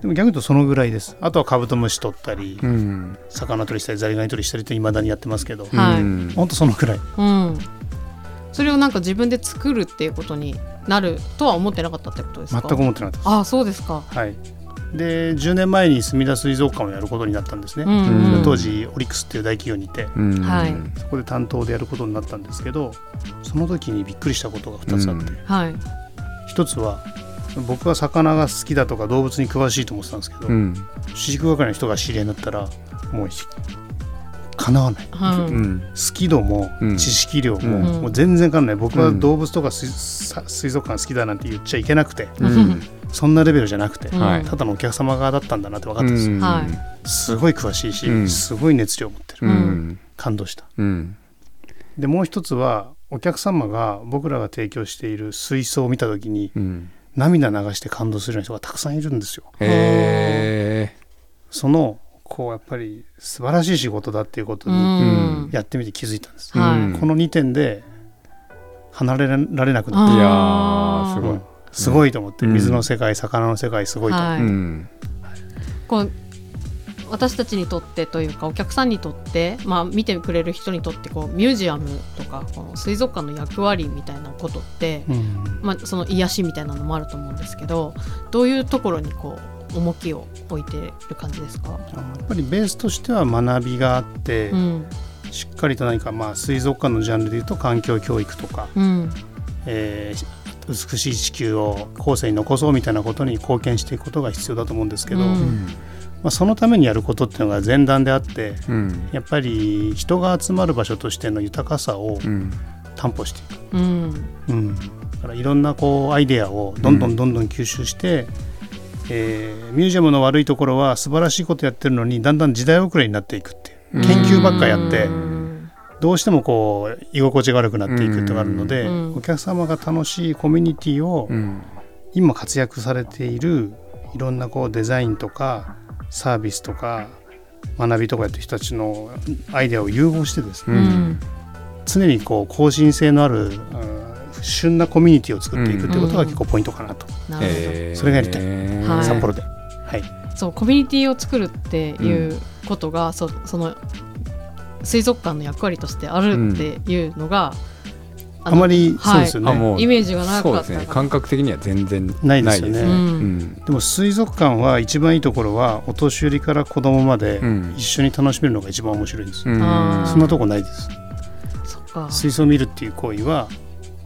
Speaker 3: でも逆に言うとそのぐらいですあとはカブトムシ取ったり、
Speaker 1: ーうん
Speaker 3: 魚取りしたりザリガニ取りしたりっていまだにやってますけど、
Speaker 1: う
Speaker 3: ほん、
Speaker 2: はい
Speaker 1: ん
Speaker 3: 本当そのぐらい
Speaker 2: うん、それをなんか自分で作るっていうことになるとは思ってなかったってことです
Speaker 3: 全
Speaker 2: か
Speaker 3: く思ってなかったです
Speaker 2: あそうですか
Speaker 3: はいで10年前に墨田水族館をやることになったんですね、
Speaker 2: うんうん、
Speaker 3: 当時オリックスっていう大企業にいて
Speaker 1: うん
Speaker 2: はい
Speaker 3: そこで担当でやることになったんですけどその時にびっくりしたことが2つあって、
Speaker 1: うん
Speaker 2: はい
Speaker 3: 一つは僕は魚が好きだとか動物に詳しいと思ってたんですけど、
Speaker 1: うん
Speaker 3: 飼育係の人が知り合いになったらもうひかなわない
Speaker 2: は
Speaker 1: う
Speaker 2: い、
Speaker 1: ん
Speaker 3: 好き度も
Speaker 1: うん
Speaker 3: 知識量も,、
Speaker 2: うん
Speaker 3: もう全然かんない僕は
Speaker 1: うん
Speaker 3: 動物とか水,さ、水族館好きだなんて言っちゃいけなくて
Speaker 1: うん
Speaker 3: そんなレベルじゃなくて、
Speaker 2: うん
Speaker 1: はい
Speaker 3: ただのお客様側だったんだなって分かったんですよ、
Speaker 1: うん
Speaker 2: は
Speaker 3: すごい詳しいし、
Speaker 1: うん
Speaker 3: すごい熱量を持ってる、
Speaker 1: うん
Speaker 3: 感動した
Speaker 1: うん
Speaker 3: でもう一つはお客様が僕らが提供している水槽を見た時に
Speaker 1: うん
Speaker 3: 涙流して感動するような人がたくさんいるんですよ
Speaker 1: へえ
Speaker 3: そのこうやっぱり素晴らしい仕事だっていうこと
Speaker 2: う
Speaker 3: に
Speaker 2: ん、
Speaker 3: やってみて気づいたんです、
Speaker 2: うんはい
Speaker 3: この2点で離れられなくなっ
Speaker 2: あ
Speaker 1: い
Speaker 2: ー
Speaker 1: やーす
Speaker 3: た、
Speaker 1: ごい
Speaker 3: すごいと思って、
Speaker 1: うん
Speaker 3: 水の世界魚の世界すごいと思っ
Speaker 2: は
Speaker 1: う
Speaker 2: い
Speaker 1: ん
Speaker 2: こう私たちにとってというかお客さんにとって、まあ、見てくれる人にとってこうミュージアムとかこの水族館の役割みたいなことって、
Speaker 3: て、うん
Speaker 2: まあ、その癒しみたいなのもあると思うんですけどどういうところにこう重きを置いてる感じですか、
Speaker 3: やっぱりベースとしては学びがあって、
Speaker 2: うん
Speaker 3: しっかりと何かまあ水族館のジャンルでいうと環境教育とか、
Speaker 2: うん
Speaker 3: えー美しい地球を後世に残そうみたいなことに貢献していくことが必要だと思うんですけど、
Speaker 2: うん
Speaker 3: まあ、そのためにやることっていうのが前段であって
Speaker 1: うん
Speaker 3: やっぱり人が集まる場所としての豊かさを
Speaker 1: うん
Speaker 3: 担保してい
Speaker 2: うん
Speaker 3: く、うん、だからいろんなこうアイデアをどんどんどんどん吸収して、えーミュージアムの悪いところは素晴らしいことやってるのにだんだん時代遅れになっていくっていう
Speaker 1: うん
Speaker 3: 研究ばっかやって
Speaker 2: うん
Speaker 3: どうしてもこう居心地が悪くなっていくってがあるので、
Speaker 2: うん
Speaker 3: お客様が楽しいコミュニティを
Speaker 1: うん
Speaker 3: 今活躍されているいろんなこうデザインとかサービスとか学びとかやってる人たちのアイデアを融合してですね、
Speaker 2: うん
Speaker 3: 常にこう更新性のある、うん旬なコミュニティを作っていくってことが結構ポイントかなと、
Speaker 2: なるほど、
Speaker 1: えー
Speaker 3: それがやりたい
Speaker 2: はい
Speaker 3: 札幌で。はい、
Speaker 2: そうコミュニティを作るっていうことが、そその水族館の役割としてあるっていうのが、
Speaker 3: あまり
Speaker 2: はい
Speaker 3: そうですよね、
Speaker 1: あもう
Speaker 2: イメージがな
Speaker 1: そう
Speaker 2: か
Speaker 1: で
Speaker 2: っ
Speaker 1: す
Speaker 2: た
Speaker 1: ね
Speaker 2: か
Speaker 1: 感覚的には全然
Speaker 3: な
Speaker 1: ないい
Speaker 3: で
Speaker 1: ですす
Speaker 3: よ
Speaker 1: よ
Speaker 3: ね
Speaker 1: ね
Speaker 2: ら、うん
Speaker 3: でも水族館は一番いいところはお年寄りから子供まで
Speaker 1: うん
Speaker 3: 一緒に楽しめるのが一番面白いんです、
Speaker 1: うん
Speaker 2: あ
Speaker 3: そんなとこないです
Speaker 2: そっか
Speaker 3: 水槽を見るっていう行為は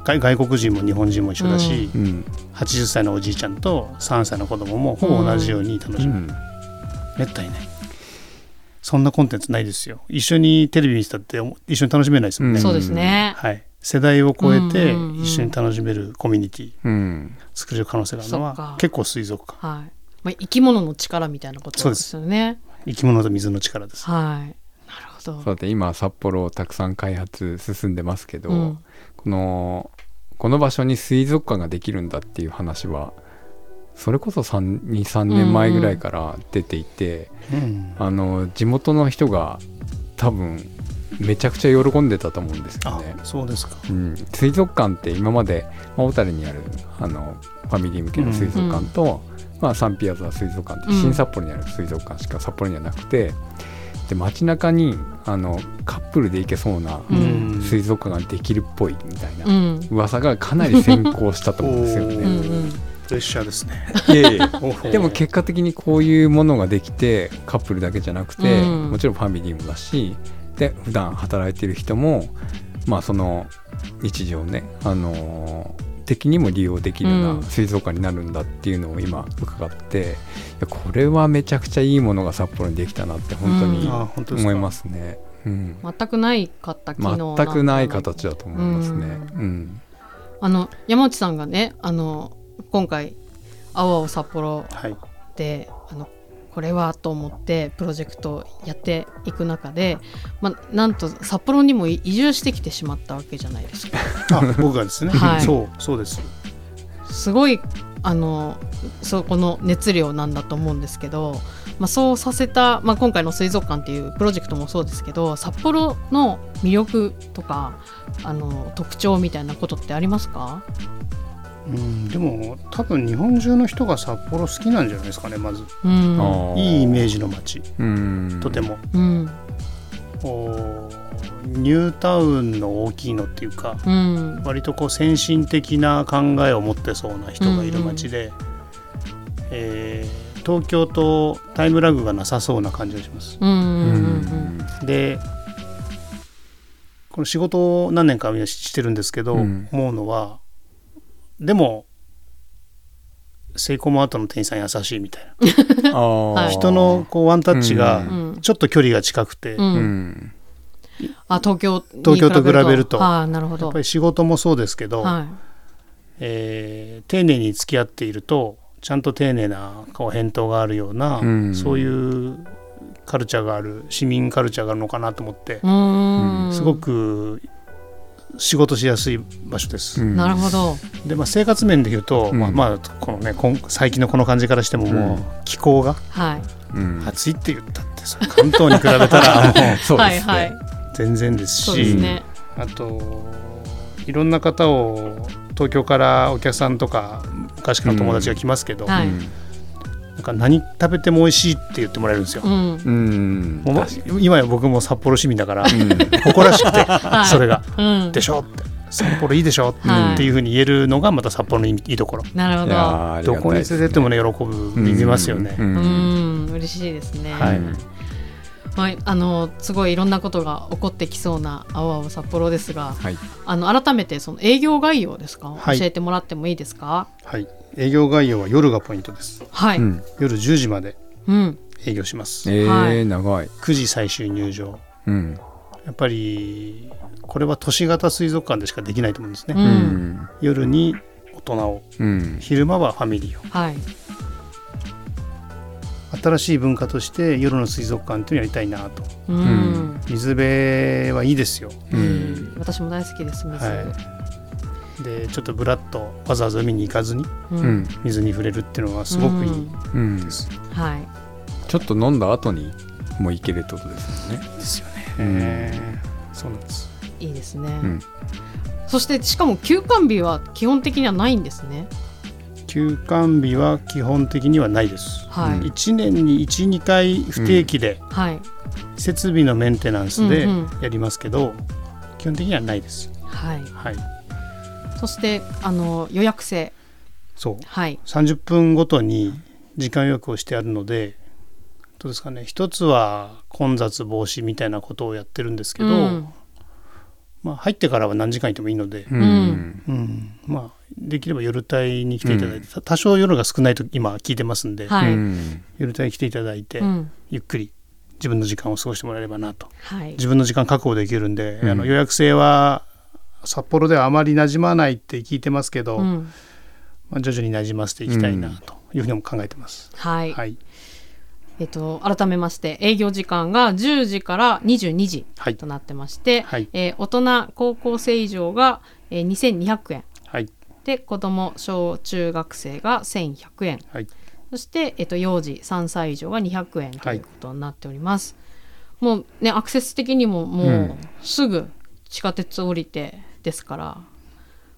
Speaker 3: 外外国人も日本人も一緒だし、
Speaker 1: うん
Speaker 3: 80歳のおじいちゃんと3歳の子供もほぼ同じように楽しむ、めったにないそんなコンテンツないですよ一緒にテレビ見てたって一緒に楽しめないですもんね、
Speaker 1: うん
Speaker 2: そうですね、
Speaker 3: はい、世代を超えて
Speaker 2: うんうんうん
Speaker 3: 一緒に楽しめるコミュニティ
Speaker 1: うん
Speaker 3: 作れる可能性があるの
Speaker 2: そっ
Speaker 3: は
Speaker 2: か
Speaker 3: 結構水族館
Speaker 2: はいまあ、生き物の力みたいなこと
Speaker 3: そう
Speaker 2: で
Speaker 3: です
Speaker 2: すよね
Speaker 3: 生き物と水の力です
Speaker 2: はいなるほど
Speaker 1: そうだって今札幌をたくさん開発進んでますけど、
Speaker 2: うん
Speaker 1: このこの場所に水族館ができるんだっていう話はそれこそ23年前ぐらいから出ていて、
Speaker 3: うん
Speaker 1: あの地元の人が多分めちゃくちゃ喜んでたと思うんですよ
Speaker 3: あ
Speaker 1: ね。
Speaker 3: そうですか
Speaker 1: うん、水族館って今まで、まあ、小樽にあるあのファミリー向けの水族館と、まあ、サンピアザ水族館って
Speaker 2: うん
Speaker 1: 新札幌にある水族館しか札幌にはなくて、で街中にあのカップルで行けそうな
Speaker 2: うん
Speaker 1: 水族館ができるっぽいみたいな
Speaker 2: うん
Speaker 1: 噂がかなり先行したと思うんですよ
Speaker 3: お
Speaker 2: う
Speaker 1: ね。
Speaker 2: んうん
Speaker 3: プレッシャーですね
Speaker 1: いやいや
Speaker 3: おー
Speaker 1: でも結果的にこういうものができてカップルだけじゃなくて、
Speaker 2: うん
Speaker 1: もちろんファミリーもだしで普段働いてる人もまあその日常ねあのー的にも利用できるよう
Speaker 2: うん
Speaker 1: な水族館になるんだっていうのを今伺って、いやこれはめちゃくちゃいいものが札幌にできたなって本当に
Speaker 3: あ本当ですか
Speaker 1: 思いますね。うん
Speaker 2: 全くないかった機能んて
Speaker 1: 全くない形だと思いますね。うん
Speaker 2: あの山内さんがねあの今回「青青札幌
Speaker 3: はい
Speaker 2: で」あのこれはと思ってプロジェクトをやっていく中で、まあ、なんと札幌にも移住してきてしまったわけじゃないですか。
Speaker 3: あ僕がですね、
Speaker 2: はい
Speaker 3: そうそうです
Speaker 2: すごいあのそこの熱量なんだと思うんですけど、まあ、そうさせた、まあ、今回の水族館っていうプロジェクトもそうですけど札幌の魅力とかあの特徴みたいなことってありますか
Speaker 3: うんでも多分日本中の人が札幌好きなんじゃないですかねまず
Speaker 2: うん
Speaker 1: あー
Speaker 3: いいイメージの街
Speaker 1: うん
Speaker 3: とても、
Speaker 2: うん
Speaker 3: おーニュータウンの大きいのっていうか
Speaker 2: うん
Speaker 3: 割とこう先進的な考えを持ってそうな人がいる街で、えー東京とタイムラグがなさそうな感じがします
Speaker 2: うん
Speaker 1: う
Speaker 2: うん
Speaker 1: ん
Speaker 3: でこの仕事を何年かしてるんですけど、
Speaker 1: うん
Speaker 3: 思うのはでもセイコムアートの店員さん優しいみたいな
Speaker 1: あー
Speaker 3: 人のこうワンタッチが
Speaker 2: うんうん
Speaker 3: ちょっと距離が近くて、
Speaker 2: う
Speaker 3: や
Speaker 2: ん
Speaker 1: う
Speaker 2: うん
Speaker 1: ん
Speaker 2: あ東京に
Speaker 3: 東京と比べると
Speaker 2: ああなるほど
Speaker 3: っぱり仕事もそうですけど、
Speaker 2: はい
Speaker 3: えー丁寧に付き合っているとちゃんと丁寧なこう返答があるような、
Speaker 1: うん
Speaker 3: そういうカルチャーがある市民カルチャーがあるのかなと思って
Speaker 2: う、ーん
Speaker 3: すごく仕事しやすい場所です。
Speaker 1: うん
Speaker 2: なるほど
Speaker 3: で、まあ、生活面で言うと、
Speaker 1: うん
Speaker 3: まあ、まあこのねこん最近のこの感じからしてももう
Speaker 1: うん
Speaker 3: 気候が
Speaker 2: はい
Speaker 1: うん
Speaker 3: 暑いって言ったってそれ関東に比べたらもう
Speaker 1: そう
Speaker 2: は
Speaker 1: で
Speaker 2: い
Speaker 1: す
Speaker 2: は
Speaker 1: ね
Speaker 2: い
Speaker 3: 全然です
Speaker 2: そう
Speaker 3: し
Speaker 2: ですね
Speaker 3: あといろんな方を東京からお客さんとか昔からの友達が来ますけど、
Speaker 2: はい
Speaker 3: なんか何食べても美味しいって言ってもらえるんですよ。
Speaker 2: うん
Speaker 1: うん
Speaker 3: もう
Speaker 1: 確か
Speaker 3: 今や僕も札幌市民だから
Speaker 1: にうん
Speaker 3: 誇らしくて
Speaker 2: はい
Speaker 3: それが
Speaker 2: うん
Speaker 3: でしょって札幌いいでしょ
Speaker 2: はい
Speaker 3: っていうふうに言えるのがまた札幌のいいところ
Speaker 2: なるほ
Speaker 1: い
Speaker 2: ど
Speaker 1: やーあり
Speaker 3: ど
Speaker 1: が
Speaker 3: こ
Speaker 1: たい
Speaker 3: に連
Speaker 1: です
Speaker 3: れてってもね喜ぶできますよね
Speaker 1: うん
Speaker 2: う
Speaker 1: うん
Speaker 2: ん嬉しいですね
Speaker 3: はい
Speaker 1: うん
Speaker 2: はい、あのすごいいろんなことが起こってきそうな青々札幌ですが、
Speaker 1: はい
Speaker 2: あの改めてその営業概要ですか、
Speaker 3: はい
Speaker 2: 教えてもらってもいいですか。
Speaker 3: はい営業概要は夜がポイントです
Speaker 2: はい、
Speaker 1: う
Speaker 2: うん、
Speaker 1: ん
Speaker 3: 夜10時まで
Speaker 2: うん、
Speaker 3: 営業します
Speaker 1: えー
Speaker 2: はい
Speaker 1: 長い
Speaker 3: 9時最終入場
Speaker 1: うん
Speaker 3: やっぱりこれは都市型水族館でしかできないと思うんですね、
Speaker 2: うん
Speaker 3: 夜に大人を
Speaker 1: うん
Speaker 3: 昼間はファミリーを
Speaker 2: はい、
Speaker 3: 新しい文化として夜の水族館っていうのやりたいなと
Speaker 2: うん、
Speaker 1: ん
Speaker 3: 水辺はいいですよ、
Speaker 1: う
Speaker 2: うんん、私も大好きです。水、
Speaker 3: はい、でちょっとぶらっとわざわざ海に行かずに
Speaker 2: う
Speaker 1: うん、
Speaker 3: 水に触れるっていうのはすごくいい
Speaker 1: うん
Speaker 3: です,、
Speaker 2: はい、
Speaker 1: ちょっと飲んだ後にもう行けるってことですもんね
Speaker 3: ですよね、
Speaker 1: うん
Speaker 3: えーそうなんです
Speaker 2: いいですね。
Speaker 1: ん
Speaker 2: そしてしかも休館日は基本的にはないんですね。
Speaker 3: 休館日は基本的にはないです
Speaker 2: はい、
Speaker 1: うん
Speaker 3: 1年に12回不定期で
Speaker 2: はい、
Speaker 3: 設備のメンテナンスで
Speaker 2: うんうん
Speaker 3: やりますけど、基本的にはないです
Speaker 2: はい。
Speaker 3: はい
Speaker 2: そしてあの予約制、
Speaker 3: そう
Speaker 2: はい、
Speaker 3: 30分ごとに時間予約をしてあるのでどうですかね一つは混雑防止みたいなことをやってるんですけど、
Speaker 2: うん
Speaker 3: まあ、入ってからは何時間いてもいいので、
Speaker 1: う
Speaker 2: う
Speaker 1: ん
Speaker 2: ん
Speaker 3: うんまあ、できれば夜帯に来ていただいて、た多少夜が少ないと今聞いてますんで、
Speaker 2: はい、
Speaker 1: うん
Speaker 3: 夜帯に来ていただいて、
Speaker 2: うん、
Speaker 3: ゆっくり自分の時間を過ごしてもらえればなと
Speaker 2: はい、
Speaker 3: 自分の時間確保できるんで、
Speaker 1: うん
Speaker 3: あの予約制は札幌ではあまり馴染まないって聞いてますけど、
Speaker 2: うん、
Speaker 3: まあ、徐々に馴染ませていきたいなというふうにも考えてます。
Speaker 2: はい。
Speaker 3: はい、
Speaker 2: えっと、改めまして営業時間が10時から22時
Speaker 3: はい
Speaker 2: となってまして、
Speaker 3: はい
Speaker 2: えー大人高校生以上が、えー、2200円
Speaker 3: はい
Speaker 2: で子ども小中学生が1100円
Speaker 3: はい
Speaker 2: そして、えっと、幼児3歳以上が200円ということになっております、もうねアクセス的にももうすぐ地下鉄降りてですから、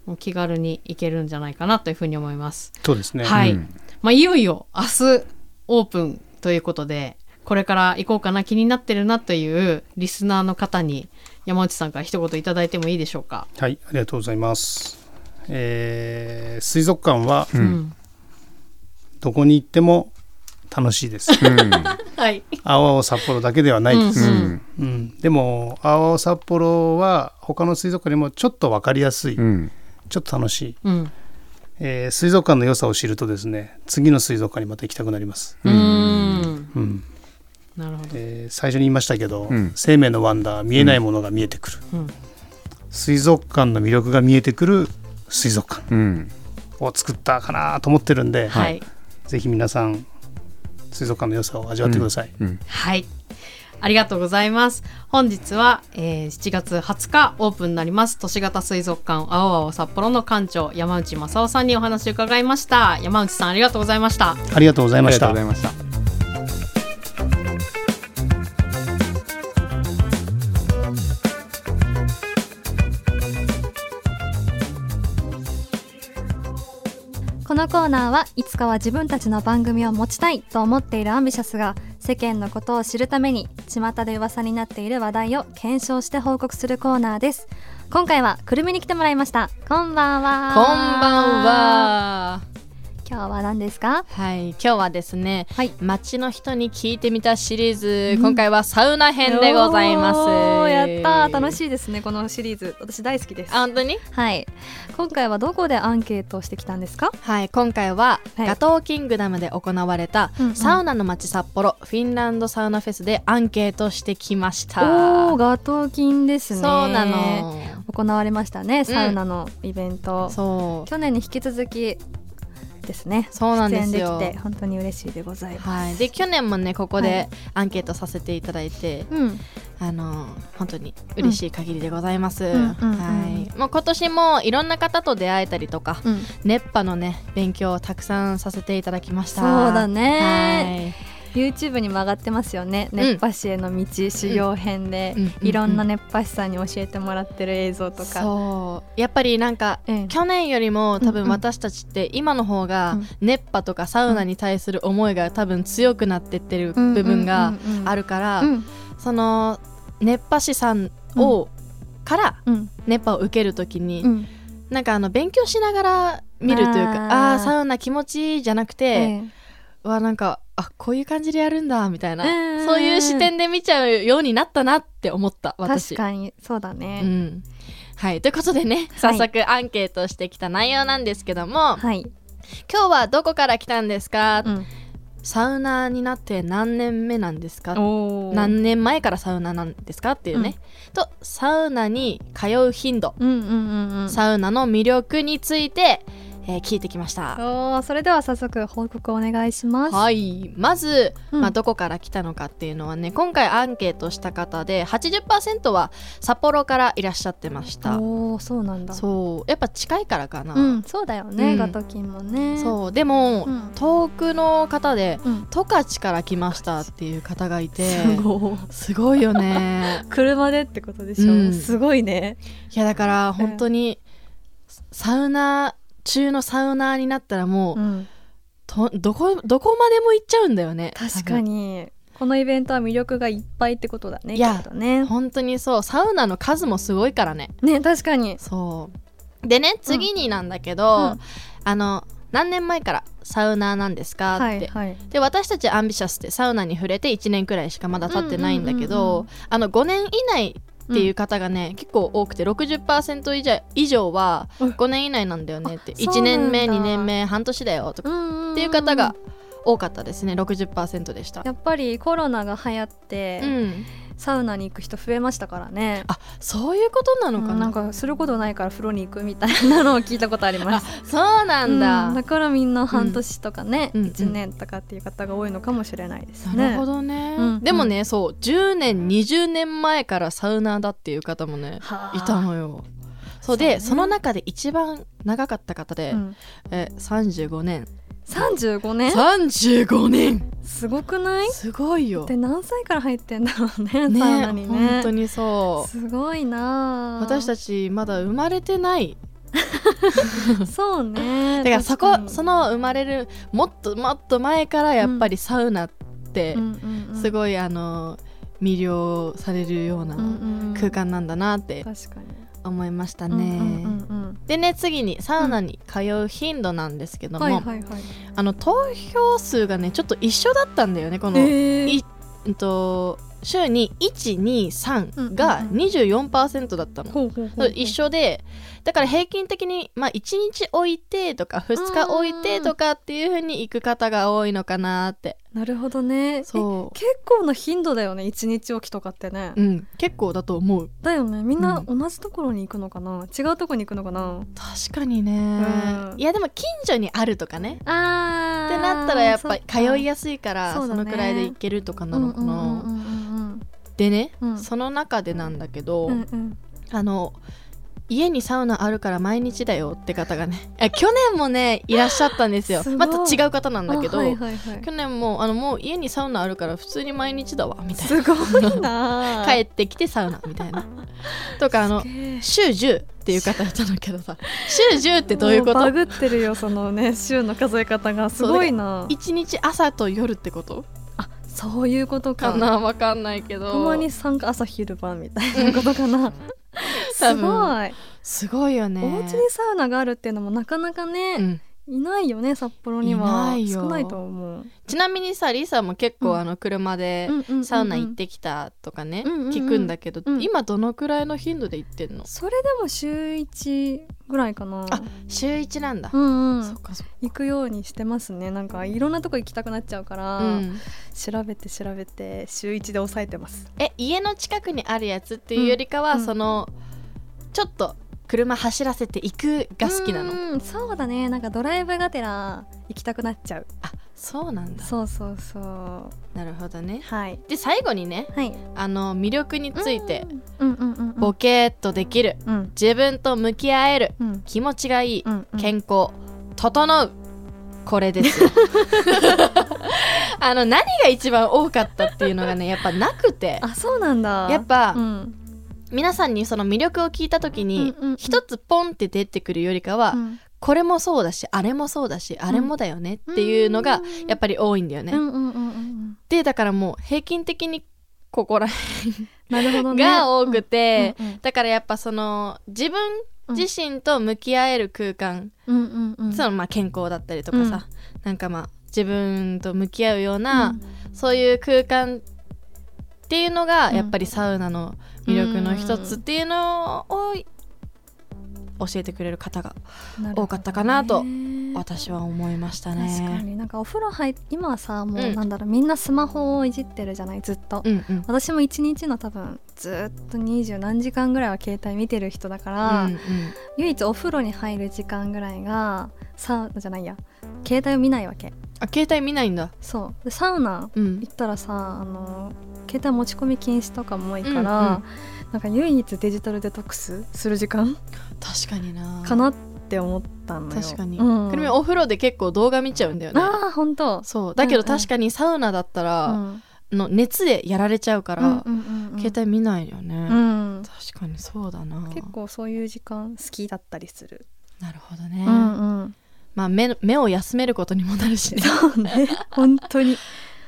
Speaker 2: もう気軽に行けるんじゃないかなというふうに思います
Speaker 3: そうですね。
Speaker 2: はい、
Speaker 1: うん
Speaker 2: まあ、いよいよ明日オープンということでこれから行こうかな気になってるなというリスナーの方に山内さんから一言いただいてもいいでしょうか。
Speaker 3: はい、ありがとうございます。えー水族館は
Speaker 2: うん、
Speaker 3: どこに行っても楽しいです。
Speaker 2: はい、
Speaker 3: 青々札幌だけではないです。
Speaker 1: う
Speaker 2: うんん
Speaker 3: うんでも青々札幌は他の水族館よりもちょっと分かりやすい、
Speaker 1: うん
Speaker 3: ちょっと楽しい、
Speaker 2: うん、
Speaker 3: えー水族館の良さを知るとですね次の水族館にまた行きたくなります。
Speaker 2: うーん、
Speaker 3: うん
Speaker 2: なるほど。
Speaker 3: えー最初に言いましたけど、
Speaker 1: うん
Speaker 3: 生命のワンダー見えないものが見えてくる、
Speaker 2: うん
Speaker 3: 水族館の魅力が見えてくる水族館
Speaker 1: うん
Speaker 3: を作ったかなと思ってるんで、
Speaker 2: はい、
Speaker 3: ぜひ皆さん水族館の良さを味わってください。
Speaker 1: うん
Speaker 2: はい。ありがとうございます。本日は、えー7月20日オープンになります都市型水族館青々札幌の館長山内正夫さんにお話を伺いました。山内さんありがとうございました。
Speaker 3: ありがとうござい
Speaker 1: あ
Speaker 3: ま
Speaker 1: り
Speaker 3: し
Speaker 1: がとうご
Speaker 3: た
Speaker 1: ざい。ました
Speaker 4: このコーナーはいつかは自分たちの番組を持ちたいと思っているアンビシャスが世間のことを知るために巷で噂になっている話題を検証して報告するコーナーです今回はくるみに来てもらいましたこんばんは
Speaker 5: こんばんは。
Speaker 4: 今日は何ですか
Speaker 5: はい、今日はですね、
Speaker 4: はい
Speaker 5: 街の人に聞いてみたシリーズ、今回はサウナ編でございます。
Speaker 4: おーやったー楽
Speaker 5: い。
Speaker 4: しいですねこのシリーズ私大好きです
Speaker 5: あ、本当に？
Speaker 4: はい今回はどこでアンケートをしてきたんですか
Speaker 5: はい、今回は、
Speaker 4: はい
Speaker 5: ガトーキングダムで行われた、
Speaker 4: うんうん
Speaker 5: サウナの街札幌フィンランドサウナフェスでアンケートしてきました。
Speaker 4: おーガトーキンです
Speaker 5: そ
Speaker 4: ね
Speaker 5: うなの。
Speaker 4: 行われましたねサウナのイベント、
Speaker 5: そう。
Speaker 4: 去年に引き続きですね
Speaker 5: そうなんですよ
Speaker 4: 出演できて本当に嬉しいでございます、
Speaker 5: はい、で去年もねここ
Speaker 4: は
Speaker 5: で
Speaker 4: い
Speaker 5: アンケートさせていただいて、
Speaker 4: うん
Speaker 5: あの本当に嬉しい限りでございます、
Speaker 4: んうんうん
Speaker 5: はいもう今年もいろんな方と出会えたりとか、
Speaker 4: うん
Speaker 5: 熱波のね勉強をたくさんさせていただきました
Speaker 4: そうだね、
Speaker 5: ね
Speaker 4: YouTube にも上がってますよね熱波師への道、修行編で、
Speaker 5: うん
Speaker 4: いろんな熱波師さんに教えてもらってる映像とか、
Speaker 5: そうやっぱりなんか
Speaker 4: ええ
Speaker 5: 去年よりも多
Speaker 4: う
Speaker 5: 分
Speaker 4: んうん
Speaker 5: 私たちって今の方
Speaker 4: う
Speaker 5: が
Speaker 4: ん
Speaker 5: 熱波とかサウナに対する思いが多分強くなってって
Speaker 4: う
Speaker 5: る
Speaker 4: んうんうんうん
Speaker 5: 部分があるから
Speaker 4: うん
Speaker 5: その熱波師さんをから
Speaker 4: うん
Speaker 5: 熱波を受けるときに、
Speaker 4: うん
Speaker 5: なんかあの勉強しながら見るという
Speaker 4: あ
Speaker 5: かあ
Speaker 4: ー
Speaker 5: あーサウナ気持ちいいじゃなくて、
Speaker 4: え
Speaker 5: はなんかあこういう感じでやるんだみたいな、
Speaker 4: うん
Speaker 5: そういう視点で見ちゃうようになったなって思った
Speaker 4: え
Speaker 5: 私
Speaker 4: 確かにそうだ
Speaker 5: う
Speaker 4: ね、
Speaker 5: んはい、ということでね早速アンケートしてきた内容なんですけども、
Speaker 4: はい、
Speaker 5: 今日はどこから来たんですか、
Speaker 4: うん、
Speaker 5: サウナーになって何年目なんですか
Speaker 2: おー
Speaker 5: 何年前からサウナなんですかっていうね、とサウナに通う頻度、
Speaker 4: うんうんうんうん
Speaker 5: サウナの魅力について、えー聞いてきました。
Speaker 4: おーそれでは早速報告お願いします
Speaker 5: はいまず、
Speaker 4: うん
Speaker 5: まあ、どこから来たのかっていうのはね今回アンケートした方で80%は札幌からいらっしゃってました
Speaker 4: おおそうなんだ
Speaker 5: そうやっぱ近いからかな、
Speaker 4: うんそうだよね、
Speaker 5: うん
Speaker 4: ガトキンもねう、
Speaker 5: そうでも、
Speaker 4: うん
Speaker 5: 遠くの方で
Speaker 4: うん、
Speaker 5: 十勝から来ましたっていう方がいて
Speaker 4: すごい
Speaker 5: すごい よね
Speaker 4: 車でってことでしょ、
Speaker 5: うん
Speaker 4: すごいね
Speaker 5: いやだから本当に、サウナ中のサウナーになったらも
Speaker 4: う
Speaker 5: う、
Speaker 4: ん
Speaker 5: とどこどこまでも行っちゃうんだよね
Speaker 4: 確かにこのイベントは魅力がいっぱいってことだね
Speaker 5: いや
Speaker 4: きっとね
Speaker 5: 多分本当にそうサウナの数もすごいからね
Speaker 4: ね確かに
Speaker 5: そうでね次になんだけど、
Speaker 4: うん
Speaker 5: あの何年前からサウナーなんですかって、
Speaker 4: はいはい
Speaker 5: で私たちアンビシャスってサウナに触れて1年くらいしかまだ経ってないんだけど、
Speaker 4: うんうんうんうん
Speaker 5: あの5年以内っていう方がね、結構多くて60%以上以上は
Speaker 4: うん
Speaker 5: 5年以内なんだよねって
Speaker 4: あそうなんだ
Speaker 5: 1年目2年目半年だよとか
Speaker 4: っ
Speaker 5: っていう方が多かったですね60%でした
Speaker 4: や。っぱりコロナが流行って、
Speaker 5: うん、
Speaker 4: サウナに行く人増えましたからね
Speaker 5: あそういうことなのかな,、
Speaker 4: うんなんかすることないから風呂に行くみたいなのを聞いたことあります
Speaker 5: そうなんだ、
Speaker 4: うんだからみんな半年とかね、
Speaker 5: うん
Speaker 4: 1年とかっていう方が多いのかもしれないですね、
Speaker 5: なるほどね、
Speaker 4: うん
Speaker 5: でもねそう10年20年前からサウナーだっていう方もね
Speaker 4: はい
Speaker 5: たのよ
Speaker 4: そ
Speaker 5: そう
Speaker 4: うね
Speaker 5: でその中で一番長かった方で、
Speaker 4: うん
Speaker 5: え35年
Speaker 4: 35年
Speaker 5: 35年
Speaker 4: すごくない
Speaker 5: すごいよ
Speaker 4: で何歳から入ってんだろうね
Speaker 5: ね
Speaker 4: サウナにね
Speaker 5: 本当にそう
Speaker 4: すごいなあ
Speaker 5: 私たちまだ生まれてない
Speaker 4: そうね
Speaker 5: だからそこそ
Speaker 4: の
Speaker 5: の生まれるもっともっと前からやっぱりサウナってす
Speaker 4: い
Speaker 5: ごいあの魅了されるような空間なんだなって
Speaker 4: 確かに
Speaker 5: 思いました
Speaker 4: うんうん
Speaker 5: ね。
Speaker 4: うん
Speaker 5: でね次にサウナに通う頻度なんですけ
Speaker 4: う
Speaker 5: ど
Speaker 4: ん
Speaker 5: も、
Speaker 4: はいはいはい
Speaker 5: あの投票数がねちょっと一緒だったんだよねこの、
Speaker 4: えー
Speaker 5: いうんと週に123が
Speaker 4: うんうん
Speaker 5: 24%だったの。
Speaker 4: ほうほう
Speaker 5: そう一緒でだから平均的に、まあ、1日置いてとか2日置いてとかっていう風に行く方が多いのかなって
Speaker 4: なるほどねえ
Speaker 5: そ
Speaker 4: 結構な頻度だよね一日おきとかってね、
Speaker 5: う、うん、結構だと思う
Speaker 4: だよねみんな
Speaker 5: う
Speaker 4: 同じところに行くのかな、違うところに行くのかな
Speaker 5: 確かにね、
Speaker 4: うん
Speaker 5: いやでも近所にあるとかね
Speaker 4: あ
Speaker 5: ってなったらやっぱり通いやすいから
Speaker 4: そ
Speaker 5: そう
Speaker 4: だね
Speaker 5: のくらいで行けるとかなのかな、でね、
Speaker 4: うん
Speaker 5: その中でなんだけど、
Speaker 4: うんうん
Speaker 5: あの家にサウナあるから毎日だよって方がねえ去年もねいらっしゃったんですよ
Speaker 4: すごい
Speaker 5: また違う方なんだけど、
Speaker 4: あはいはいはい
Speaker 5: 去年もあのもう家にサウナあるから普通に毎日だわみたいな
Speaker 4: すごい な
Speaker 5: 帰
Speaker 4: っ
Speaker 5: ってきてサウナみた いなとかあの週10っていう方いたんだけどさ週10ってどういうこ
Speaker 4: バ
Speaker 5: と
Speaker 4: グってるよそのね週の数え方がすごいな
Speaker 5: 一日朝と夜ってこと
Speaker 4: あそういうことか
Speaker 5: かなわかんないけど
Speaker 4: たまに参加朝昼晩みたいなことか なす
Speaker 5: 多
Speaker 4: ご
Speaker 5: 分
Speaker 4: い
Speaker 5: すごいよね
Speaker 4: お家にサウナがあるっていうのもなかなかね、
Speaker 5: うん
Speaker 4: いないよね札幌にはい
Speaker 5: ないよ
Speaker 4: 少ないと思う、
Speaker 5: ちなみにさリサも結
Speaker 4: うん
Speaker 5: 構あの車で
Speaker 4: うんうんうんうん
Speaker 5: サウナ行ってきたとかね
Speaker 4: うんうんうん
Speaker 5: 聞くんだけど
Speaker 4: うん
Speaker 5: 今どのくらいの頻度で行ってんの
Speaker 4: それでも週一ぐらいかな
Speaker 5: あ週1なんだ
Speaker 4: うんう
Speaker 5: そ
Speaker 4: ん
Speaker 5: っかそっか
Speaker 4: 行くようにしてますねなんかいろんなとこ行きたくなっちゃうから、
Speaker 5: うん
Speaker 4: 調べて調べて週一で抑えてます
Speaker 5: え家の近くにあるやつっていうよりかは、
Speaker 4: うんうん
Speaker 5: そのちょっと車走らせていくが好きなの
Speaker 4: うんそうだねなんかドライブがてら行きたくなっちゃう
Speaker 5: あそうなんだ
Speaker 4: そうそうそう
Speaker 5: なるほどね
Speaker 4: はい
Speaker 5: で最後にね
Speaker 4: はい
Speaker 5: あの魅力について、
Speaker 4: うんうんうん
Speaker 5: ボケーっとできる
Speaker 4: うんうん
Speaker 5: 自分と向き合える
Speaker 4: うん
Speaker 5: 気持ちがいい、
Speaker 4: うんうん
Speaker 5: 健康整うこ れですよあの何が一番多かったっていうのがねやっぱなくて
Speaker 4: あそうなんだ
Speaker 5: やっぱ、
Speaker 4: うん
Speaker 5: 皆さんにその魅力を聞いた時に、
Speaker 4: うんうんうん
Speaker 5: 一つポンって出てくるよりかは、
Speaker 4: うん
Speaker 5: これもそうだしあれもそうだしあれもだよねっていうのがやっぱり多いんだよね。
Speaker 4: うんうんうんうん
Speaker 5: でだからもう平均的にここら
Speaker 4: なるほど
Speaker 5: 辺
Speaker 4: ね。
Speaker 5: が多くて、
Speaker 4: うんうんうん
Speaker 5: だからやっぱその自分自身と向き合える空間、
Speaker 4: うんうんうん。
Speaker 5: そのまあ健康だったりとかさ、なんかまあ自分と向き合うような、そういう空間っていうのが
Speaker 4: うん
Speaker 5: やっぱりサウナの魅力の一つっていうのを教えてくれる方が多かったかなと私は思いました
Speaker 4: 確か
Speaker 5: ね。
Speaker 4: になんかお風呂入っ今はさもううんなんだろう、みんなスマホをいじってるじゃないずっと、
Speaker 5: うんうん
Speaker 4: 私も一日の多分ずっと二十何時間ぐらいは携帯見てる人だから、
Speaker 5: うんうん
Speaker 4: 唯一お風呂に入る時間ぐらいがサウナじゃないや携帯を見ないわけ
Speaker 5: あ携帯見ないんだ。
Speaker 4: そうでサウナ
Speaker 5: うん
Speaker 4: 行ったらさあの携帯持ち込み禁止とかも多いから、
Speaker 5: うん
Speaker 4: なんか唯一デジタルデトックスする時間
Speaker 5: 確かにな。
Speaker 4: かなって思ったのよ
Speaker 5: 確かに。
Speaker 4: うん
Speaker 5: くるみお風呂で結構動画見ちゃうんだよね。
Speaker 4: ああ本当
Speaker 5: そうだけど確かにサウナだったら、
Speaker 4: ん
Speaker 5: の熱でやられちゃうから、
Speaker 4: うんうんうんうん
Speaker 5: 携帯見ないよね。
Speaker 4: うん、
Speaker 5: 確かにそうだな。
Speaker 4: 結構そういう時間好きだったりする。
Speaker 5: なるほどね。
Speaker 4: うん、
Speaker 5: まあ目目を休めることにもなるしね。
Speaker 4: そうね本当に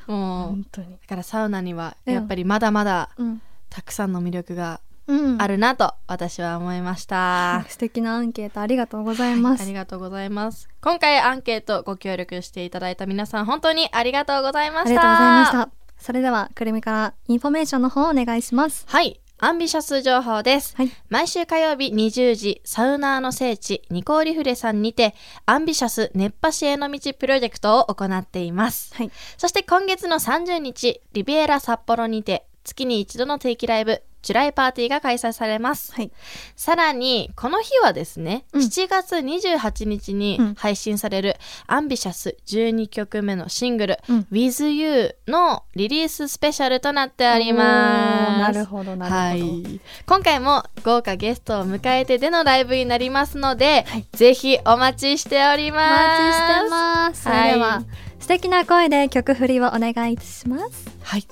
Speaker 5: もう
Speaker 4: 本当に。
Speaker 5: だからサウナにはやっぱりまだまだ
Speaker 4: うん
Speaker 5: たくさんの魅力が
Speaker 4: うん、
Speaker 5: あるなと私は思いました。
Speaker 4: 素敵なアンケートありがとうございます。
Speaker 5: ありがとうございます。今回アンケートご協力していただいた皆さん本当にありがとうございまし
Speaker 4: あ
Speaker 5: た。
Speaker 4: りがとうございました。それではくるみからインフォメーションの方お願いします。
Speaker 5: はい。アンビシャス情報です。
Speaker 4: はい
Speaker 5: 毎週火曜日20時、サウナーの聖地、ニコーリフレさんにて、アンビシャス熱波師への道プロジェクトを行っています。
Speaker 4: はい
Speaker 5: そして今月の30日、リビエラ札幌にて、月に一度の定期ライブ、ジュライパーティーが開催されます。
Speaker 4: はい
Speaker 5: さらに、この日はですね、
Speaker 4: うん
Speaker 5: 7月28日に
Speaker 4: うん
Speaker 5: 配信される、アンビシャス12曲目のシングル、
Speaker 4: うん
Speaker 5: With You のリリーススペシャルとなっております。
Speaker 4: おーなるほどなるほど。
Speaker 5: はい、今回も豪華ゲストを迎えてでのライブになりますので、ぜひお待ちしており
Speaker 4: お
Speaker 5: ます
Speaker 4: 待ちしてます。そ
Speaker 5: はい
Speaker 4: れでは、素敵な声で曲振りをお願いします。
Speaker 5: はい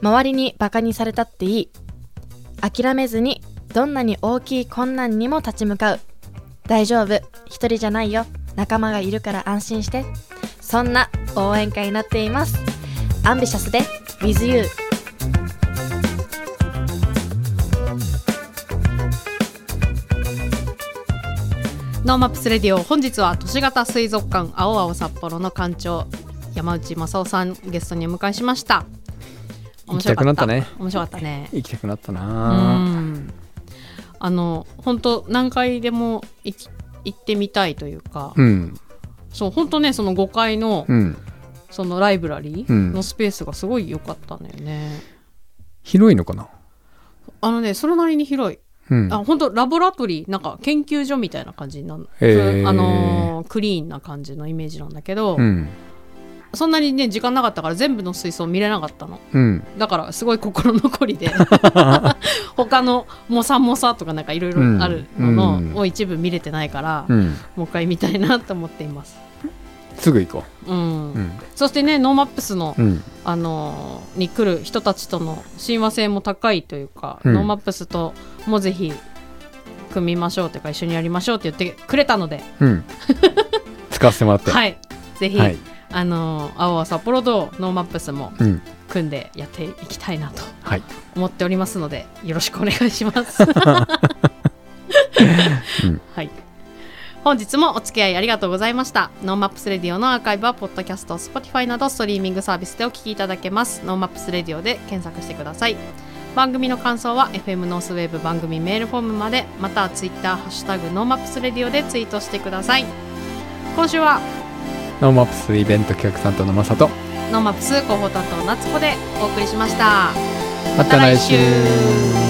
Speaker 5: 周りにバカにされたっていい諦めずにどんなに大きい困難にも立ち向かう大丈夫一人じゃないよ仲間がいるから安心してそんな応援会になっていますアンビシャスで WithYou
Speaker 2: ノーマップスレディオ本日は都市型水族館青青札幌の館長山内正夫さんゲストにお迎えしました
Speaker 1: 行きたくなったね
Speaker 2: 面白かったね
Speaker 1: 行きたくなった
Speaker 2: う
Speaker 1: な、
Speaker 2: んあの本当何回でも行き行ってみたいというか、
Speaker 1: うん、
Speaker 2: そう本当ねその5階の、
Speaker 1: うん、
Speaker 2: そのライブラリー
Speaker 1: うん
Speaker 2: のスペースがすごい良かったんだよね、
Speaker 1: 広いのかな
Speaker 2: あのねそれなりに広い
Speaker 1: うん
Speaker 2: あ本当ラボラプリなんか研究所みたいな感じになる、
Speaker 1: へー
Speaker 2: あのークリーンな感じのイメージなんだけど、
Speaker 1: うん
Speaker 2: そんなにね時間なかったから全部の水槽見れなかったの
Speaker 1: うん
Speaker 2: だからすごい心残り で他のモサモサとかなんかいろいろあるのの、
Speaker 1: うん
Speaker 2: を一部見れてないから、
Speaker 1: うん
Speaker 2: もう一回見たいなと思っています、
Speaker 1: すぐ行こ
Speaker 2: うん
Speaker 1: ううん
Speaker 2: そしてねノーマップスの、
Speaker 1: うん
Speaker 2: あのーに来る人たちとの親和性も高いというか、
Speaker 1: うん
Speaker 2: ノーマップスともぜひ組みましょうというか一緒にやりましょうって言ってくれたので、
Speaker 1: うん使わせてもらって
Speaker 2: はい、ぜひ、
Speaker 1: はい
Speaker 2: あのー青は札幌とノーマップスも
Speaker 1: うん
Speaker 2: 組んでやっていきたいなと
Speaker 1: はい
Speaker 2: 思っておりますのでよろしくお願いします。はい本日もお付き合いありがとうございました。ノーマップスレディオのアーカイブは、ポッドキャスト、Spotify などストリーミングサービスでお聞きいただけます。ノーマップスレディオで検索してください。番組の感想は、FM ノースウェーブ番組メールフォームまで、または Twitter、ハッシュタグ、ノーマップスレディオでツイートしてください。今週は、
Speaker 1: ノーマップスイベント企画担当のまさと
Speaker 2: ノーマップス広報担当、夏子でお送りしました。
Speaker 1: また来週
Speaker 2: また来週